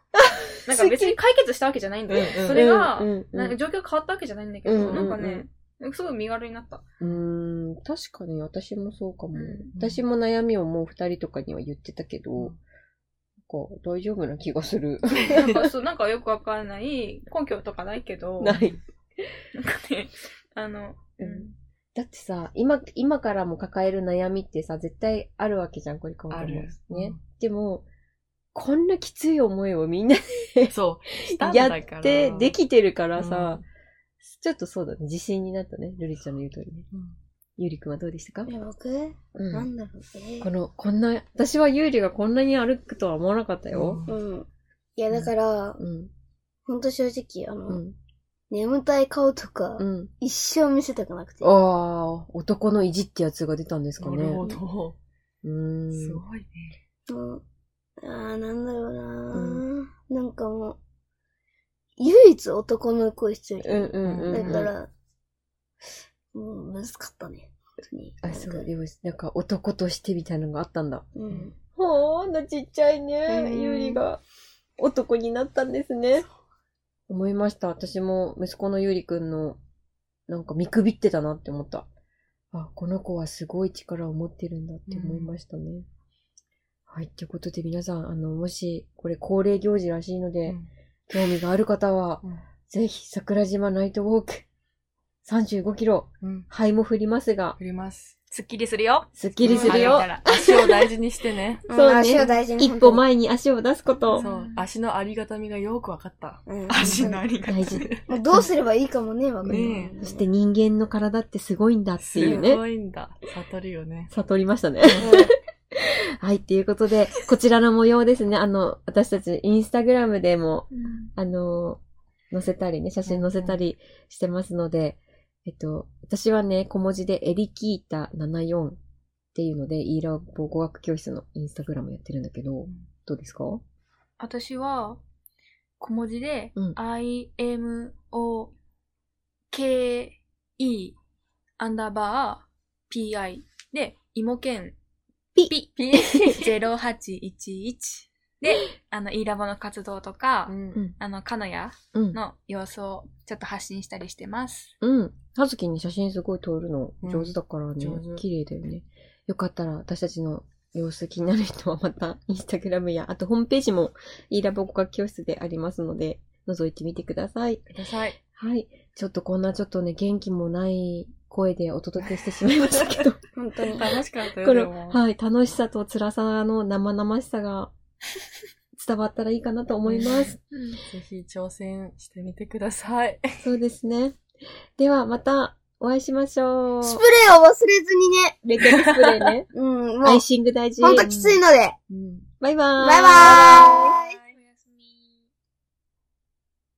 [SPEAKER 5] なんか別に解決したわけじゃないんだよ。
[SPEAKER 6] うんうん
[SPEAKER 5] それが、
[SPEAKER 4] うんうんうん
[SPEAKER 5] なんか状況変わったわけじゃないんだけど、
[SPEAKER 4] うんうんうん
[SPEAKER 5] なんかね、すごい身軽になった。
[SPEAKER 4] うん。うーん。確かに私もそうかも。
[SPEAKER 5] うん
[SPEAKER 4] 私も悩みをもう二人とかには言ってたけど、なんか大丈夫な気がする。
[SPEAKER 5] なんかそう、なんかよくわからない、根拠とかないけど、
[SPEAKER 4] な
[SPEAKER 5] なんか
[SPEAKER 4] い。
[SPEAKER 5] ね、あの、
[SPEAKER 4] う
[SPEAKER 5] うんん、
[SPEAKER 4] だってさ、今、今からも抱える悩みってさ、絶対あるわけじゃん、これからも。
[SPEAKER 6] ある
[SPEAKER 4] ね。
[SPEAKER 6] うん
[SPEAKER 4] でも、こんなきつい思いをみんな
[SPEAKER 6] そう。したん
[SPEAKER 4] や
[SPEAKER 6] だから。
[SPEAKER 4] ってできてるから
[SPEAKER 6] う
[SPEAKER 4] さ、ちょっとそうだね、自信になったね、ルリちゃんの言う通りね。
[SPEAKER 6] うん
[SPEAKER 4] ゆりくんはどうでしたか
[SPEAKER 3] いや、僕、
[SPEAKER 4] う。
[SPEAKER 3] なんんだろう、えー
[SPEAKER 4] この、こんな、私はゆりがこんなに歩くとは思わなかったよ。
[SPEAKER 3] うん。いや、だから、
[SPEAKER 4] うん。
[SPEAKER 3] ほんと正直、あの、
[SPEAKER 4] うん。
[SPEAKER 3] 眠たい顔とか、
[SPEAKER 4] うん。
[SPEAKER 3] 一生見せたくなくて。
[SPEAKER 4] ああ、男の意地ってやつが出たんですか
[SPEAKER 6] な
[SPEAKER 4] ね。
[SPEAKER 6] るほど。
[SPEAKER 4] うーん。
[SPEAKER 6] すごいね。
[SPEAKER 3] もう、ああ、なんだろうなー、
[SPEAKER 4] う
[SPEAKER 3] なんかもう、唯一男の声してる。
[SPEAKER 4] うんうんうんうん。
[SPEAKER 3] だから、もう、難かったね。本当に。
[SPEAKER 4] あ、そう、
[SPEAKER 3] なんか
[SPEAKER 4] でも、なんか男としてみたいなのがあったんだ。
[SPEAKER 3] うん。
[SPEAKER 4] ほーんなちっちゃいね、
[SPEAKER 3] うん
[SPEAKER 4] ゆりが男になったんですね。思いました。私も息子のゆりくんの、なんか見くびってたなって思った。あ、この子はすごい力を持ってるんだって思いましたね。はい、ということで皆さん、あの、もし、これ恒例行事らしいので、
[SPEAKER 6] うん
[SPEAKER 4] 興味がある方は、
[SPEAKER 6] うん
[SPEAKER 4] ぜひ桜島ナイトウォーク、35キロ、
[SPEAKER 6] うん。
[SPEAKER 4] 灰も降りますが、
[SPEAKER 6] 振ります。
[SPEAKER 5] すっきりするよ。
[SPEAKER 4] すっきりするよ
[SPEAKER 5] 歩い。たら
[SPEAKER 6] 足を大事にしてね。
[SPEAKER 4] そうね
[SPEAKER 3] ん足を大事に。
[SPEAKER 4] 一歩前に足を出すこと。
[SPEAKER 6] そう。足のありがたみがよくわかった。
[SPEAKER 3] 本当に。うん
[SPEAKER 5] 足のありがたい
[SPEAKER 4] 大事。
[SPEAKER 3] もうどうすればいいかもね、わかんない
[SPEAKER 6] ね
[SPEAKER 4] そして人間の体ってすごいんだってい
[SPEAKER 6] す
[SPEAKER 4] うね。
[SPEAKER 6] ごいんだ。悟るよね。
[SPEAKER 4] 悟りましたね。
[SPEAKER 3] うん
[SPEAKER 4] はい、っていうことで、こちらの模様ですね。あの、私たちインスタグラムでも、あの、載せたりね、写真載せたりしてますので、えっと、私はね、小文字でエリキータ74っていうので、イーラボ語学教室のインスタグラムやってるんだけど、どうですか
[SPEAKER 5] 私は、小文字で、
[SPEAKER 4] うん
[SPEAKER 5] I, M, O, K, E, アンダーバー、P, I で、いもけん、
[SPEAKER 4] ピ
[SPEAKER 5] ピ、0811で、あの、e ラボの活動とか、
[SPEAKER 6] うん。
[SPEAKER 5] あの、かのや
[SPEAKER 4] うん。
[SPEAKER 5] の様子をちょっと発信したりしてます。
[SPEAKER 4] うん。はずきに写真すごい撮るの上手だからね、
[SPEAKER 6] うん上手
[SPEAKER 4] 綺麗だよね。よかったら私たちの様子気になる人はまた、 インスタグラムや、あとホームページも、イーラボ語学教室でありますので、覗いてみてください。
[SPEAKER 6] ください。
[SPEAKER 4] はい。ちょっとこんなちょっとね、元気もない声でお届けしてしまいましたけど、こ
[SPEAKER 3] 本当に。
[SPEAKER 6] 楽しかった よ、で
[SPEAKER 4] の、
[SPEAKER 6] も。
[SPEAKER 4] はい、楽しさと辛さの生々しさが伝わったらいいかなと思います。
[SPEAKER 6] ぜひ挑戦してみてください。
[SPEAKER 4] そうですね。ではまたお会いしましょう。
[SPEAKER 3] スプレーを忘れずにね。
[SPEAKER 4] レッドスプレーね。
[SPEAKER 3] うん、
[SPEAKER 4] ア
[SPEAKER 3] もう
[SPEAKER 4] イ、シング大事。
[SPEAKER 3] ほんときついので。
[SPEAKER 6] うん
[SPEAKER 4] バイバーイ。
[SPEAKER 3] バイバーイ